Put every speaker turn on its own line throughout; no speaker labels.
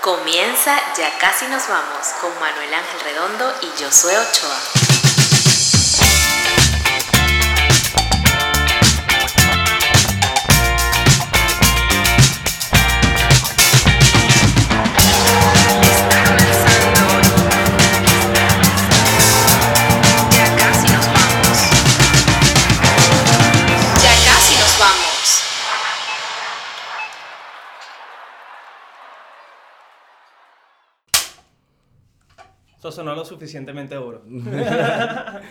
Comienza Ya Casi Nos Vamos con Manuel Ángel Redondo y Josué Ochoa.
Ya casi nos vamos. Ya casi nos vamos.
Eso sonó lo suficientemente duro.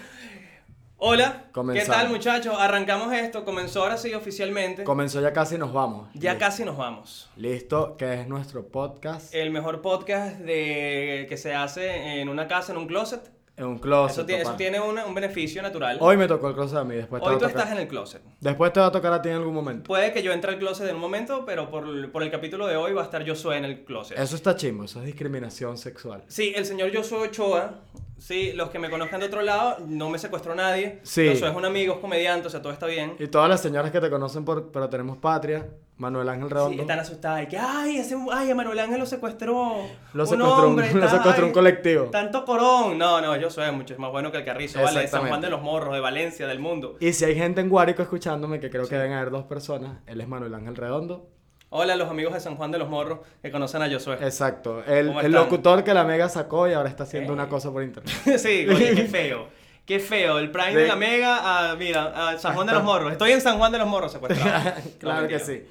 Hola, ¿qué
Comenzamos.
tal muchachos? Arrancamos esto, comenzó ahora sí oficialmente.
Comenzó ya casi, nos vamos.
ya
Listo.
casi Eh, nos vamos.
Listo, que es nuestro podcast
El mejor podcast de, que se hace en una casa, en un closet.
en un closet.
eso, tiene, eso
papá.
tiene una- un beneficio natural.
Hoy me tocó el closet a mí, después te
Hoy
va
tú
a tocar.
estás en el closet.
Después te va a tocar a ti en algún momento.
Puede que yo entre al closet en un momento, pero por, por el capítulo de hoy va a estar Josué en el closet.
Eso está chimbo, eso es discriminación sexual.
Sí, el señor Josué Ochoa, sí, los que me conozcan de otro lado, no me secuestró nadie.
Sí.
Josué es un amigo, es comediante, o sea, todo está bien.
Y todas las señoras que te conocen por Pero Tenemos Patria, Manuel Ángel Redondo.
Sí, están asustadas. y que, ay, ese, ay, a Manuel Ángel lo secuestró.
Lo
un
secuestró un-
hombre,
lo
tal,
secuestró un colectivo.
Tanto corón. No, no, yo soy mucho más bueno que el Carrizo, ¿vale? De San Juan
Exactamente.
de los Morros, de Valencia, del mundo.
Y si hay gente en Guárico escuchándome, que creo que deben haber dos personas, él es Manuel Ángel Redondo.
Hola, los amigos de San Juan de los Morros que conocen a Josué.
Exacto,
Pues,
el,
¿Cómo
el
están?
locutor que la Mega sacó y ahora está haciendo
Eh.
una cosa por internet.
sí, oye, qué feo. Qué feo. El Prime de,
De-
la Mega a, mira, a San Juan de los Morros. Estoy en San Juan de los Morros secuestrado.
claro
No,
que
mentira.
sí.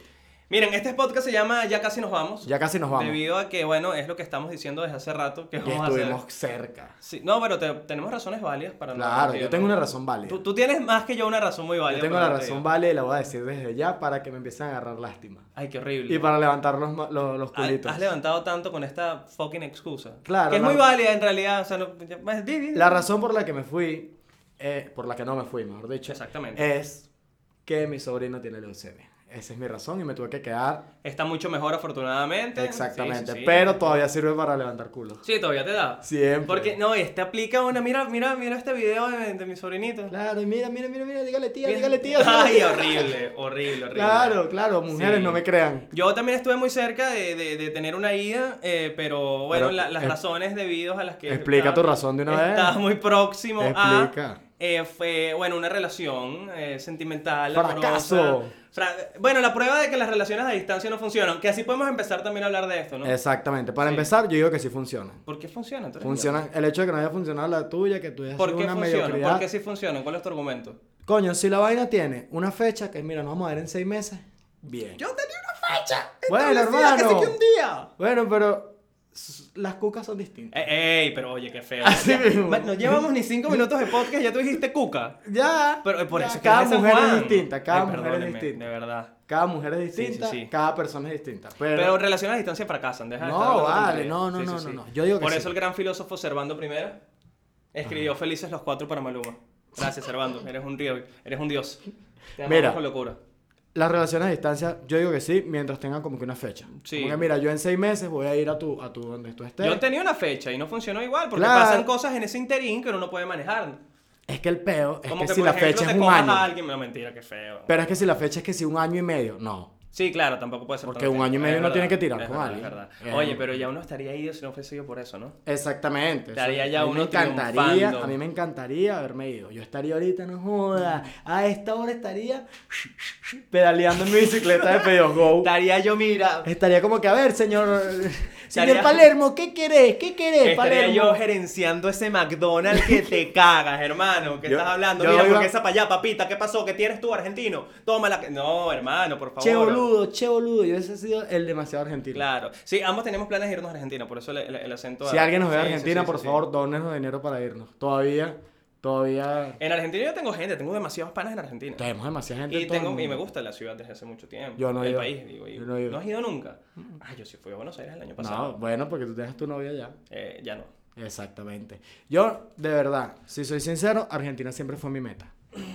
Miren, este podcast se llama Ya casi nos vamos.
Ya casi nos vamos.
Debido a que, bueno, es lo que estamos diciendo desde hace rato que
Y
vamos a hacer.
estuvimos cerca.
Sí, no, pero te- tenemos razones válidas para no
Claro,
hacer
yo
video,
tengo
¿no?
una razón válida.
Tú, tú tienes más que yo una razón muy válida.
yo tengo
para
la
no hacer
razón
video.
válida y la voy a decir desde ya para que me empiecen a agarrar lástima.
Ay, qué horrible.
Y para levantar los, ma- los, los
Ha-
culitos.
Ah, Has levantado tanto con esta fucking excusa.
Claro,
Que es
la-
muy válida en realidad. O sea, no- ya- más- di, di.
La razón por la que me fui, eh, por la que no me fui, mejor dicho,
Exactamente.
es que mi sobrino tiene leucemia. Esa es mi razón y me tuve que quedar
Está mucho mejor, afortunadamente.
exactamente.
Sí, sí, sí.
Pero todavía sirve para levantar culo.
Sí, todavía te da.
Siempre.
Porque, no, este aplica una. Mira, mira, mira este video de, de mi sobrinito.
Claro, y mira, mira, mira, mira, dígale tía,
Mira.
dígale tía. dígale
Ay,
tía.
horrible, horrible, horrible.
Claro, claro, mujeres
Sí.
no me crean.
Yo también estuve muy cerca de, de- de tener una ida, eh, pero bueno,
Pero,
la- las
eh,
razones debidas a las que...
explica tu
estaba-
razón de una vez.
Estaba muy próximo a...
Explica.
eh, fue, bueno, una relación eh, sentimental,
Fracaso.
amorosa. Fra- bueno, la prueba de que las relaciones a distancia no funcionan, que así podemos empezar también a hablar de esto, ¿no?
Exactamente. Para
Sí.
empezar, yo digo que sí funciona.
¿Por qué funcionan? Tú eres
Funciona el hecho de que no haya funcionado la tuya, que tú
idiota.
hayas
¿Por
sido
qué
una
funcionan?
mediocridad.
¿Por qué sí funcionan? ¿Cuál es tu argumento?
Coño, si la vaina tiene una fecha que mira, nos vamos a ver en seis meses. Bien.
Yo tenía una fecha.
Bueno, establecida, que sé
Que
hermano. que un
día.
Bueno, pero s- las cucas son distintas.
Ey, ey, pero oye, qué feo.
Así
Ya-
mismo.
Ma- No llevamos ni cinco minutos de podcast, ya tú dijiste cuca.
Ya.
Pero eh, por
ya,
eso es que
cada
es de San
mujer es
Juan.
distinta, cada
Ay,
mujer es
perdónenme,
distinta.
De verdad.
Cada mujer es
sí,
distinta,
sí.
cada persona es distinta. Pero,
Pero relaciones a distancia fracasan, deja de
No,
estar hablando
vale,
tonterías.
no, no, no, no, no. Yo digo que
Por
sí.
eso el gran filósofo Servando primero escribió Felices los cuatro para Maluma. Gracias, Servando. Eres un río, eres un dios. Te amamos
Mira.
con locura.
las relaciones a distancia, yo digo que sí, mientras tengan como que una fecha.
Sí.
Como que mira, yo en seis meses voy a ir a tu, a tu donde tú estés.
Yo tenía una fecha y no funcionó igual porque
Claro.
pasan cosas en ese interín que uno no puede manejar.
Es que el peo es
Como
que,
que,
si
por
la
ejemplo,
fecha
te
es un
cojas a
año.
alguien, no mentira, qué feo.
Pero es que si la fecha es que si un año y medio, no.
Sí, claro, tampoco puede ser.
Porque
tan
un año y
feo.
medio
Es
no tiene que
verdad,
tirar Eh.
es
con
verdad,
alguien.
es verdad.
Es
Oye,
verdad.
pero ya uno estaría ido si no fuese yo por eso, ¿no?
Exactamente. eso-
Estaría ya
a mí
uno
me encantaría,
triunfando.
a mí me encantaría haberme ido. Yo estaría ahorita, no joda. A esta hora estaría pedaleando en mi bicicleta de Pedios Go.
Estaría yo, mira.
Estaría como que, a ver, señor.
Estaría-
Señor Palermo, ¿qué querés? ¿Qué querés,
Estaría
Palermo?
yo gerenciando ese McDonald's que te cagas, hermano. ¿Qué
Yo-
estás hablando?
yo
Mira,
iba-
porque esa para allá, papita, ¿qué pasó? ¿Qué tienes tú, argentino? Tómala. que- No, hermano, por favor.
Che boludo, che boludo. Yo ese he sido el demasiado argentino.
Claro. Sí, ambos tenemos planes de irnos a Argentina, por eso el, el- el acento.
Si alguien nos ve de
Sí, sí,
Argentina,
sí,
por
sí, sí.
favor, dónenos dinero para irnos. Todavía, todavía.
En Argentina yo tengo gente, tengo demasiados panas en Argentina.
Tenemos demasiada gente.
Y,
en todo el
tengo, y
mundo.
me gusta la ciudad desde hace mucho tiempo.
Yo no he
El
ido.
país, digo. y-
Yo no he ido.
has ido nunca? Ah, yo sí fui a Buenos Aires el año pasado.
No, bueno, porque tú dejas tu novia ya.
Eh, ya no.
Exactamente. Yo, de verdad, si soy sincero, Argentina siempre fue mi meta.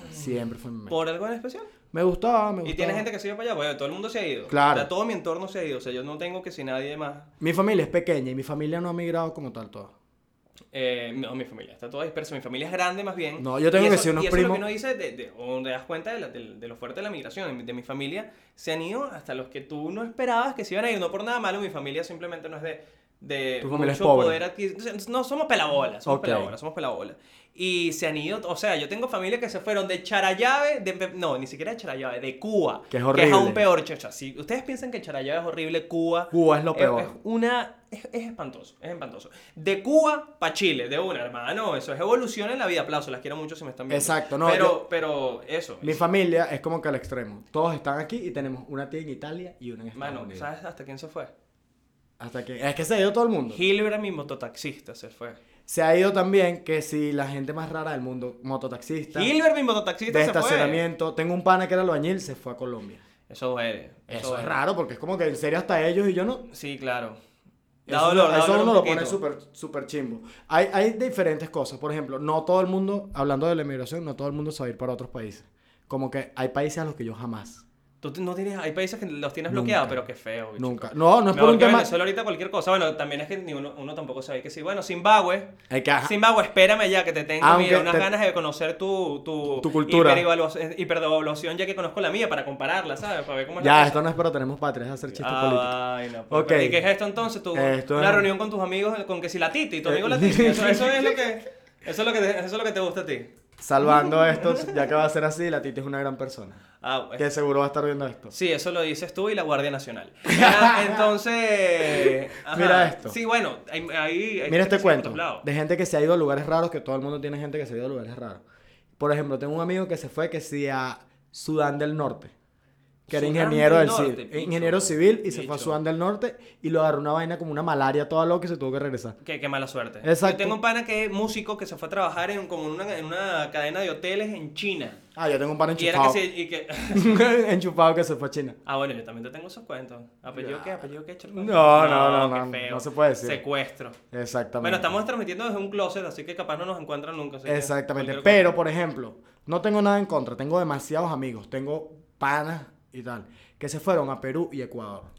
Siempre fue mi meta.
¿Por algo en especial?
Me gustaba, me gustaba.
Y tiene gente que se iba para allá. Bueno, todo el mundo se ha ido.
Claro.
O sea, todo mi entorno se ha ido. O sea, yo no tengo que si nadie más.
Mi familia es pequeña y mi familia no ha migrado como tal toda.
Eh, no, mi familia está toda dispersa. Mi familia es grande más bien.
No, yo tengo
Y
que
eso-
ser unos
y eso
primos-
Es lo que uno dice, de, de- o te das cuenta de, la- de- de lo fuerte de la migración. De, mi familia se han ido hasta los que tú no esperabas que se iban a ir. No por nada malo, mi familia simplemente no es de. de
Tu familia es
mucho
pobre.
poder adquisitivo. No, somos pelabolas, somos
Ok.
pelabolas, somos pelabolas. Y se han ido, o sea, yo tengo familia que se fueron de Charayave, de, Pe- no, ni siquiera de Charayave, de Cuba.
Que es
aún
horrible.
peor, chacha. Si ustedes piensan que Charayave es horrible, Cuba.
Cuba es lo
es-
peor.
Eh, Es, una. Es, es espantoso, es espantoso. De Cuba para Chile, de una, hermano. Eso es evolución en la vida. Aplausos, las quiero mucho si me están viendo.
Exacto, no,
Pero,
yo-
pero eso.
Mi familia es como que al extremo. Todos están aquí y tenemos una tía en Italia y una en Estados
Mano,
Unidos.
¿sabes hasta quién se fue?
Hasta que, es que se ha ido todo el mundo.
Gilbert, mi mototaxista, se fue.
Se ha ido también que si la gente más rara del mundo, mototaxista,
Gilbert, mi mototaxista,
de
se fue.
estacionamiento. Tengo un pana que era albañil, se fue a Colombia.
Eso duele.
Eso, es
duele.
raro porque es como que en serio hasta ellos y yo no.
Sí, claro. Da
Eso,
dolor, da
eso
dolor
uno
un
lo pone
poquito.
súper super chimbo. Hay, hay diferentes cosas. Por ejemplo, no todo el mundo, hablando de la inmigración, no todo el mundo sabe ir para otros países. Como que hay países a los que yo jamás.
Tú no tienes, hay países que los tienes
Nunca.
bloqueados, pero qué feo. bicho.
Nunca. No, no
Pues
es por
Mejor
un
que
tema.
Venezuela ahorita cualquier cosa. Bueno, también es que ni uno, uno tampoco sabe que sí. Bueno, Zimbabue.
Hay que- ajá.
Zimbabue, espérame ya que te tengo
Aunque
mira, unas
te-
ganas de conocer tu, tu,
Tu cultura.
hiperevaluación- hiperdevaluación, ya que conozco la mía para compararla, ¿sabes? Para ver cómo es la
Ya,
cosa.
esto no es pero tenemos patria, es hacer chistes
Ah.
políticos.
Ay, no. pues,
Ok.
pero ¿Y qué es esto entonces? Tú,
Esto
una
es-
reunión con tus amigos, con que si la titi, tu amigo
Eh,
la titi. Eso, eso es lo que, eso es lo que, te, eso es lo que te gusta a ti.
Salvando esto, ya que va a ser así, la Titi es una gran persona.
Ah, es-
Que seguro va a estar viendo esto.
Sí, eso lo dices tú y la Guardia Nacional. Ah, Entonces. ajá.
Mira esto.
Sí, bueno, ahí. ahí ahí
Mira
está
este
que
cuento
Eh, sí, por otro lado.
de gente que se ha ido a lugares raros, que todo el mundo tiene gente que se ha ido a lugares raros. Por ejemplo, tengo un amigo que se fue que sí a Sudán del Norte, que era
Sudán
ingeniero
del
del
Norte,
civil,
bicho,
ingeniero civil y se fue a
bicho.
Sudán del Norte y lo agarró una vaina como una malaria toda loca y se tuvo que regresar.
Qué, qué mala suerte.
Exacto.
Yo tengo un pana que es músico que se fue a trabajar en, como en una, en una cadena de hoteles en China.
Ah, yo tengo un par
Y era que
enchufado.
se. y que-
enchufado que se fue a China.
Ah, bueno, yo también te tengo esos cuentos. ¿Apellido
Ya.
qué? ¿Apellido qué? Chorpa?
No, no, no,
qué
no, no,
feo.
no se puede decir.
Secuestro.
Exactamente.
Bueno, estamos transmitiendo desde un closet, así que capaz no nos encuentran nunca. así que
Exactamente.
cualquier
Pero, por ejemplo, no tengo nada en contra. Tengo demasiados amigos. Tengo panas y tal. Que se fueron a Perú y Ecuador.
cosa.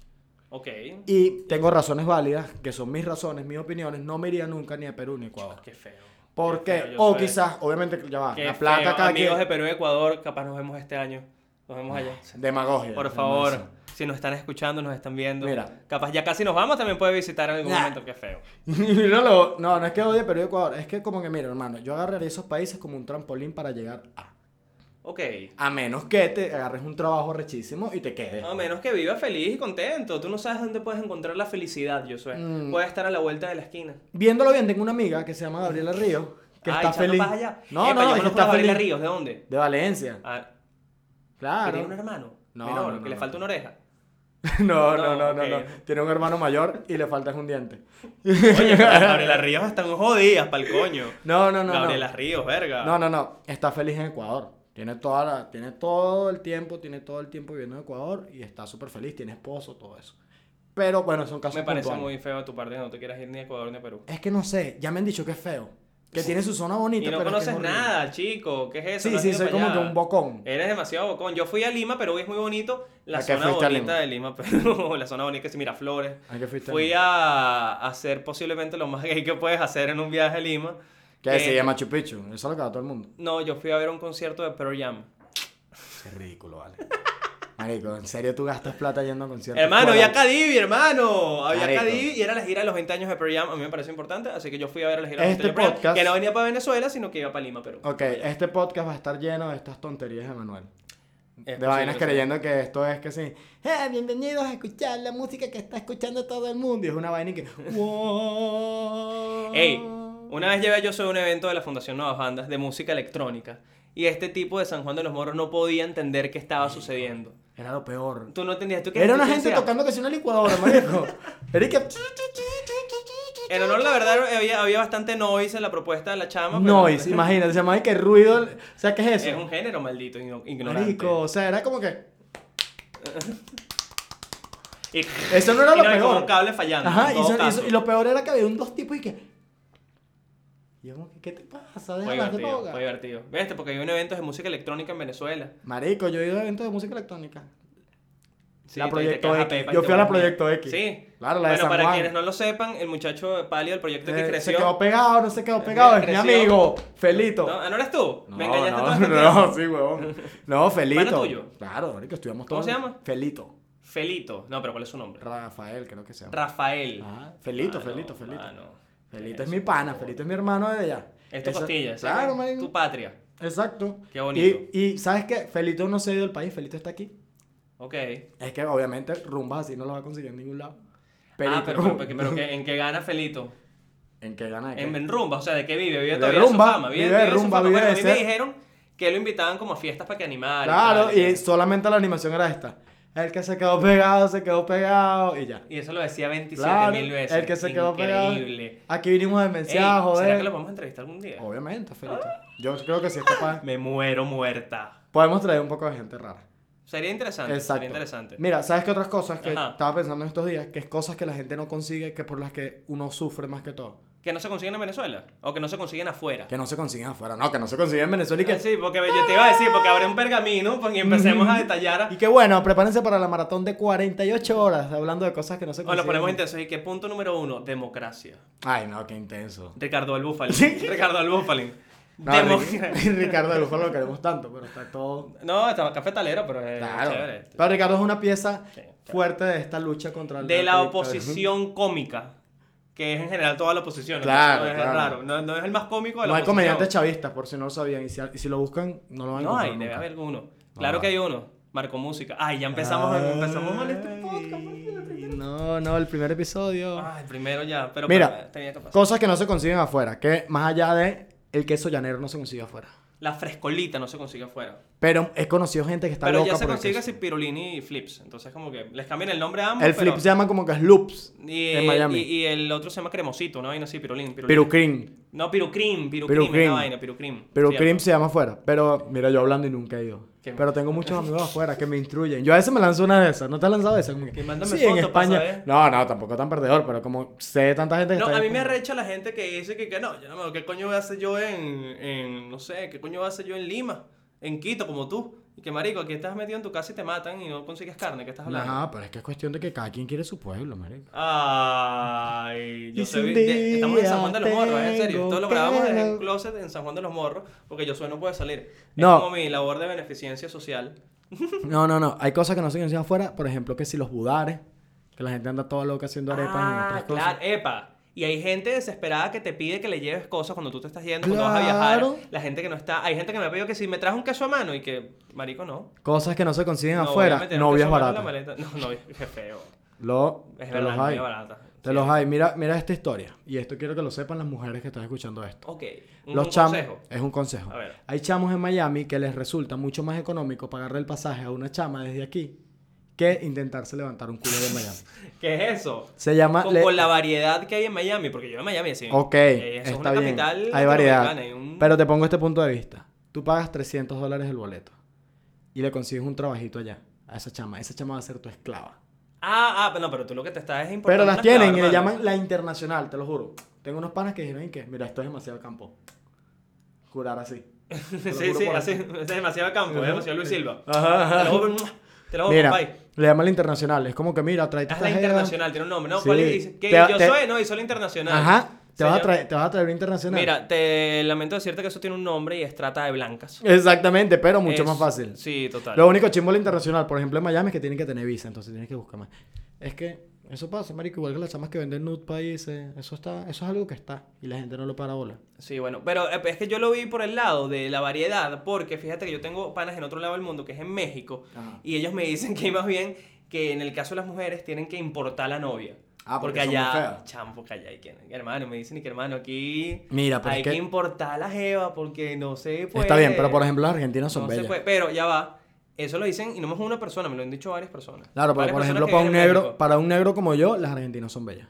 Ok.
Y tengo razones válidas, que son mis razones, mis opiniones. No me iría nunca ni a Perú ni a Ecuador.
Qué feo.
¿Por
qué
qué?
feo, yo
O
sé.
quizás, obviamente, ya va.
Qué
La plata
feo.
cada
Amigos de
quien.
Perú, Ecuador, capaz nos vemos este año. Nos vemos allá.
Demagogia.
Por
no
favor,
sé.
si nos están escuchando, nos están viendo.
Mira.
Capaz ya casi nos vamos, también puede visitar en algún
Nah.
momento. Qué feo.
no, lo- no, no es que odie Perú y Ecuador. Es que, como que, mira, hermano, yo agarraría esos países como un trampolín para llegar a.
Ok.
A menos que te agarres un trabajo rechísimo y te quedes.
A menos que viva feliz y contento. Tú no sabes dónde puedes encontrar la felicidad, yo sé.
Mm.
Puede estar a la vuelta de la esquina.
Viéndolo bien, tengo una amiga que se llama Gabriela Ríos, que
Ay,
está
chamo,
feliz.
vas allá.
No,
Epa,
no,
yo
no, es que
conozco a
está
Gabriela
feliz.
Ríos, ¿de dónde?
De Valencia,
Ah, que
claro.
¿Tiene un hermano?
No,
menor,
no, no,
que le
no.
falta una oreja. No,
No, no, no, no,
ok.
no. Tiene un hermano mayor y le falta es un diente.
Oye, pero Gabriela Ríos están jodidas pa'l coño.
No, no, no,
Gabriela
no.
Ríos, verga.
No, no, no. Está feliz en Ecuador. Tiene toda la- tiene todo el tiempo, tiene todo el tiempo viviendo en Ecuador y está súper feliz, tiene esposo, todo eso. Pero bueno, son casos
Me parece
puntuales.
muy feo de tu parte que no te quieras ir ni a Ecuador ni a Perú.
Es que no sé, ya me han dicho que es feo, que tiene su zona
Y
bonita,
no
pero es que es
conoces
horrible.
nada, chico. ¿Qué es eso?
Sí,
No has
sí,
ido
soy
pa'
como
allá. Eh,
que un bocón.
Eres demasiado bocón. Yo fui a Lima, pero hoy es muy bonito. La
¿A qué
zona
fuiste a
bonita de Lima, pero la zona bonita es Miraflores.
¿A qué fuiste a
Fui
Lima?
a hacer posiblemente lo más gay que puedes hacer en un viaje a Lima.
Que
Eh,
se llama Machu Picchu, eso es lo que va todo el mundo.
No, yo fui a ver un concierto de Pearl Jam.
Qué ridículo, vale. Marico, en serio tú gastas plata yendo a conciertos.
Hermano,
Fuera-
había Cadivi, hermano. Había
Marico.
Cadivi y era la gira de los 20 años de Pearl Jam. A mí me pareció importante, así que yo fui a ver la gira
Este
de los 20 años de Pearl Jam,
podcast-
Que no venía para Venezuela, sino que iba para Lima, Perú.
Ok, este podcast va a estar lleno de estas tonterías de Manuel.
Es
de vainas
posible, sí.
creyendo que esto es que sí. "Ah, bienvenidos a escuchar la música que está escuchando todo el mundo. Y es una vaina y que. "Wow".
Ey, una vez llevé yo soy un evento de la Fundación Nuevas Bandas de música electrónica y este tipo de San Juan de los Morros no podía entender qué estaba sucediendo.
Era lo peor.
Tú no entendías, tú qué
Era una
qué
gente
decía?
tocando que si una licuadora, marico. Era y que.
En honor, la verdad, había, había bastante noise en la propuesta de la chama. pero-
Noise, imagínate. Se llama que ruido. O sea, ¿qué es
Es
eso?
un género maldito, igno- ignorante.
Marico, o sea, era como que.
Y-
Eso no era
y
lo
y como
peor.
un cable fallando.
Ajá,
en
y,
todo
son- y
caso.
son- y lo peor era que había un dos tipos y que. Y yo como que, ¿qué te pasa?
Fue
Déjala, déjala
divertido,
ahogar.
fue divertido. Viste, porque hay un evento de música electrónica en Venezuela.
Marico, yo he ido a eventos de música electrónica.
Sí,
La
te- te
Proyecto
quedas a
X.
pepa y
Yo
te
fui a la
vuelves
Proyecto
mierda.
X.
Sí.
Claro, la de
bueno,
San
para
Juan.
quienes no lo sepan, el muchacho de Palio del Proyecto X
Eh, Se
creció.
quedó pegado, no se quedó
Eh,
pegado. Es mi
creció.
amigo, Felito.
No, ah, ¿no eres tú? Me
no,
engañaste todo
no,
este
no,
tiempo.
sí, huevón. No, Felito.
tuyo?
Claro, marico, estudiamos
¿Cómo
todos.
se llama?
Felito.
Felito. No, pero ¿cuál es su nombre?
Rafael, creo que se llama.
Rafael.
Ajá, Felito,
Mano,
Felito, Felito.
mano.
Felito es mi pana, Felito es mi hermano de allá.
Es tu
Esa-
costilla, ¿sabes?
Claro, marico.
Tu patria.
Exacto.
Qué bonito.
Y, y ¿sabes qué? Felito no se ha ido del país, Felito está aquí.
Ok.
Es que obviamente rumbas así no los va a conseguir en ningún lado.
ah, pero, pero, pero, pero ¿qué- ¿en qué gana Felito?
¿En qué gana? de qué?
En, en rumba, o sea, ¿de qué vive? Vive
De
todavía
rumba,
su fama. Vive,
vive de
su
rumba,
fama.
vive
Bueno, a
de
mí
ser-
me dijeron que lo invitaban como a fiestas para que animara. y
Claro,
tal,
y solamente la animación era esta. El que se quedó pegado, se quedó pegado y ya.
y eso lo decía 27
Claro,
mil veces.
el que se quedó pegado.
Increíble.
Aquí vinimos de
Ey,
Mencia,
¿Será que
joder.
lo podemos entrevistar algún día?
Obviamente, Felito. Yo creo que sí es capaz.
Me muero muerta.
Podemos traer un poco de gente rara.
Sería interesante.
Exacto.
Sería interesante.
Mira, ¿sabes qué otras cosas que
Ajá.
estaba pensando en estos días? Que es cosas que la gente no consigue, que por las que uno sufre más que todo.
Que no se consiguen en Venezuela. O que no se consiguen afuera.
Que no se consiguen afuera, no, que no se consiguen en Venezuela y que...
Ah, Sí, porque yo te iba a decir, porque habrá un pergamino pues, y empecemos a detallar.
Y que bueno, prepárense para la maratón de 48 horas hablando de cosas que no se
O
consiguen.
lo ponemos intenso. ¿Y qué punto número uno? Democracia.
Ay, no, qué intenso.
Ricardo Albufalin. Ricardo Albufalin.
No,
Democracia.
Ri- Ricardo de Lufa lo queremos tanto, pero está todo...
No, estaba cafetalero, pero es
Claro.
chévere.
Pero Ricardo es una pieza
Sí, claro.
fuerte de esta lucha contra el
De la
dictadura.
oposición cómica, que es en general toda la oposición. ¿no?
Claro,
No es
claro.
raro. No, no es el más cómico de la
No hay
oposición.
comediantes chavistas, por si no lo sabían. Y si, y si lo buscan, no lo van a
No
encontrar
hay, debe
nunca.
haber alguno. Claro
Ah.
que hay uno. Marco Música. Ay, ya empezamos, empezamos mal este
Ay,
podcast. ¿por qué?
No, no, el primer episodio.
Ay, primero ya, pero
Mira,
pero, eh, tenía que pasar.
Cosas que no se consiguen afuera, que más allá de el queso llanero no se consigue afuera.
La frescolita no se consigue afuera.
Pero he conocido gente que está
pero
loca
ya se
por el
consigue
queso.
si Pirulini y Flips. Entonces, como que les cambian el nombre a ambos.
El
pero-
flip se llama como que sloops
y,
en Miami.
Y, y el otro se llama Cremosito, ¿no? Y no, sí, Pirulín. pirulín.
Pirucrin.
No, Pirucrim, Pirucrim,
Pirucrim.
es la vaina, Pirucrim.
Pirucrim se llama afuera. Pero mira, yo hablando y nunca he ido.
Qué
Pero tengo muchos amigos afuera que me instruyen. Yo a veces me lanzo una de esas. ¿No te has lanzado esa? Como
Que mándame
sí, en
fotos pa'
España.
saber.
No, no, tampoco tan perdedor, pero como sé de tanta gente que
No,
está
a
ahí,
mí me
como-
arrecha la gente que dice que, que no, yo no me- ¿qué coño voy a hacer yo en, en, no sé, qué coño voy a hacer yo en Lima, en Quito, como tú? Y que, marico, aquí estás metido en tu casa y te matan y no consigues carne, ¿qué estás hablando?
No, pero es que es cuestión de que cada quien quiere su pueblo, marico.
Ay, yo
Y si
soy-
un
de- estamos en
día
San Juan de los Morros, es en serio.
tengo
Todo lo grabamos en
cara-
el closet en San Juan de los Morros, porque yo soy no puede salir.
No.
Es como mi labor de beneficencia social.
No, no, no. Hay cosas que no se consiguen afuera. Por ejemplo, que si los budares, que la gente anda toda loca haciendo arepas y otras cosas.
Ah, claro, epa. Y hay gente desesperada que te pide que le lleves cosas cuando tú te estás yendo, cuando vas a viajar.
Claro.
La gente que no está. Hay gente que me ha pedido que si me traes un queso a mano y que, marico, no.
Cosas que no se consiguen
no, voy a
afuera.
meter un
Novias
queso a mano en la
baratas.
maleta. No, novias, qué feo.
Lo,
Es
te los
verdad,
hay.
novia barata.
Te los hay. Mira, mira esta historia. Y esto quiero que lo sepan las mujeres que están escuchando esto.
Ok. Un,
Los
un
chamos.
consejo.
Es un consejo.
A ver.
Hay chamos en Miami que les resulta mucho más económico pagarle el pasaje a una chama desde aquí que intentarse levantar un culo de Miami.
¿Qué es eso?
Se llama.
con,
le-
con la variedad que hay en Miami, porque yo en Miami sí.
Ok,
eh, eso es
está
una
bien.
capital
Hay variedad.
latinoamericana, hay un-
Pero te pongo este punto de vista. Tú pagas 300 dólares el boleto y le consigues un trabajito allá a esa chama. Esa chama va a ser tu esclava.
Ah, ah, pero no, pero tú lo que te estás es importando
Pero las
unas
tienen y le
cavernas.
llaman la internacional, te lo juro. Tengo unos panas que dijeron que, mira, esto es demasiado campo. Jurar así. Te lo
sí,
juro
sí,
por-
así. Es demasiado campo, es
Ajá.
demasiado Luis Silva.
Ajá, ajá.
Te lo voy a- Te lo voy a
Mira,
papay.
le llaman la internacional. Es como que, mira, trae
Es la internacional, tiene un nombre. No,
Sí.
¿cuál es? Dice, ¿Qué?
Te-
yo
te-
soy, no, y soy la internacional.
Ajá, te vas, a
Señor.
traer, te vas a traer una internacional.
Mira, te lamento decirte que eso tiene un nombre y es trata de blancas.
Exactamente, pero mucho
Es-
más fácil.
Sí, total.
Lo único chimbo de la internacional, por ejemplo, en Miami es que tienen que tener visa, entonces tienes que buscar más. Es que eso pasa, marico, igual que las chamas que venden nude países, eso está, eso es algo que está y la gente no lo para bola.
Sí, bueno, pero eh, es que yo lo vi por el lado de la variedad, porque fíjate que yo tengo panas en otro lado del mundo, que es en México,
Ajá.
y ellos me dicen que más bien que en el caso de las mujeres tienen que importar la novia.
Ah, porque son muy
allá,
feas.
chamo, porque allá hay que, hermano, me dicen y que hermano, aquí
Mira, pero
hay
es
que...
que-
importar a la jeva porque no se puede.
está bien, pero por ejemplo las argentinas son
Pues, no se
bellas.
puede, pero ya va, eso lo dicen y no es una persona, me lo han dicho varias personas.
Claro, pero
Varias
por
personas
ejemplo
que
para un
viven en
negro,
México.
para un negro como yo, las argentinas son bellas.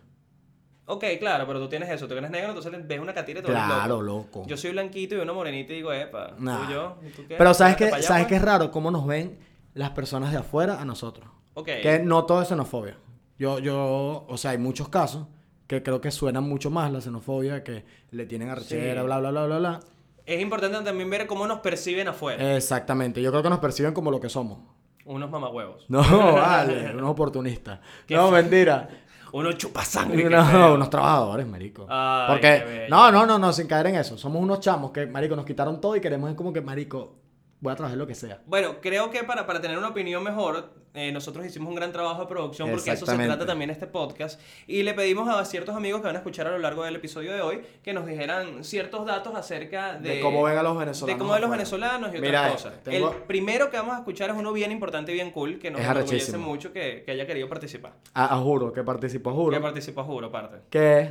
Ok, claro, pero tú tienes eso, tú eres negro, entonces ves una catira y te vuelves
Claro,
loco.
loco.
Yo soy blanquito y uno morenito y digo, epa,
Nah.
tú y yo, ¿y tú qué?
Pero sabes
Vete
que
pa' allá,
sabes que
pues.
es raro cómo nos ven las personas de afuera a nosotros.
Ok.
Que no todo es xenofobia. Yo, yo, o sea, hay muchos casos que creo que suenan mucho más la xenofobia, que le tienen arrechera,
Sí.
bla, bla, bla, bla, bla.
Es importante también ver cómo nos perciben
Eh.
afuera.
Exactamente, yo creo que nos perciben como lo que somos.
Unos mamahuevos.
No, vale, unos oportunistas.
Qué
No,
feo.
mentira.
Unos chupasangre. qué
No,
feo.
unos trabajadores, marico.
Ay, qué
Porque,
bello.
no, no, no, no, sin caer en eso. Somos unos chamos que, marico, nos quitaron todo y queremos es como que, marico, voy a trabajar lo que sea.
Bueno, creo que para, para tener una opinión mejor, eh, nosotros hicimos un gran trabajo de producción porque eso se
Exactamente.
trata también este podcast. Y le pedimos a ciertos amigos que van a escuchar a lo largo del episodio de hoy que nos dijeran ciertos datos acerca de,
De cómo ven a los venezolanos
de cómo ven los
afuera.
venezolanos y otras
Mira
cosas.
este, tengo-
El primero que vamos a escuchar es uno bien importante y bien cool que nos
Es
enorgullece
arrechísimo.
mucho que, que haya querido participar.
A, a Juro, que participó Juro,
Que participó, juro, aparte.
que es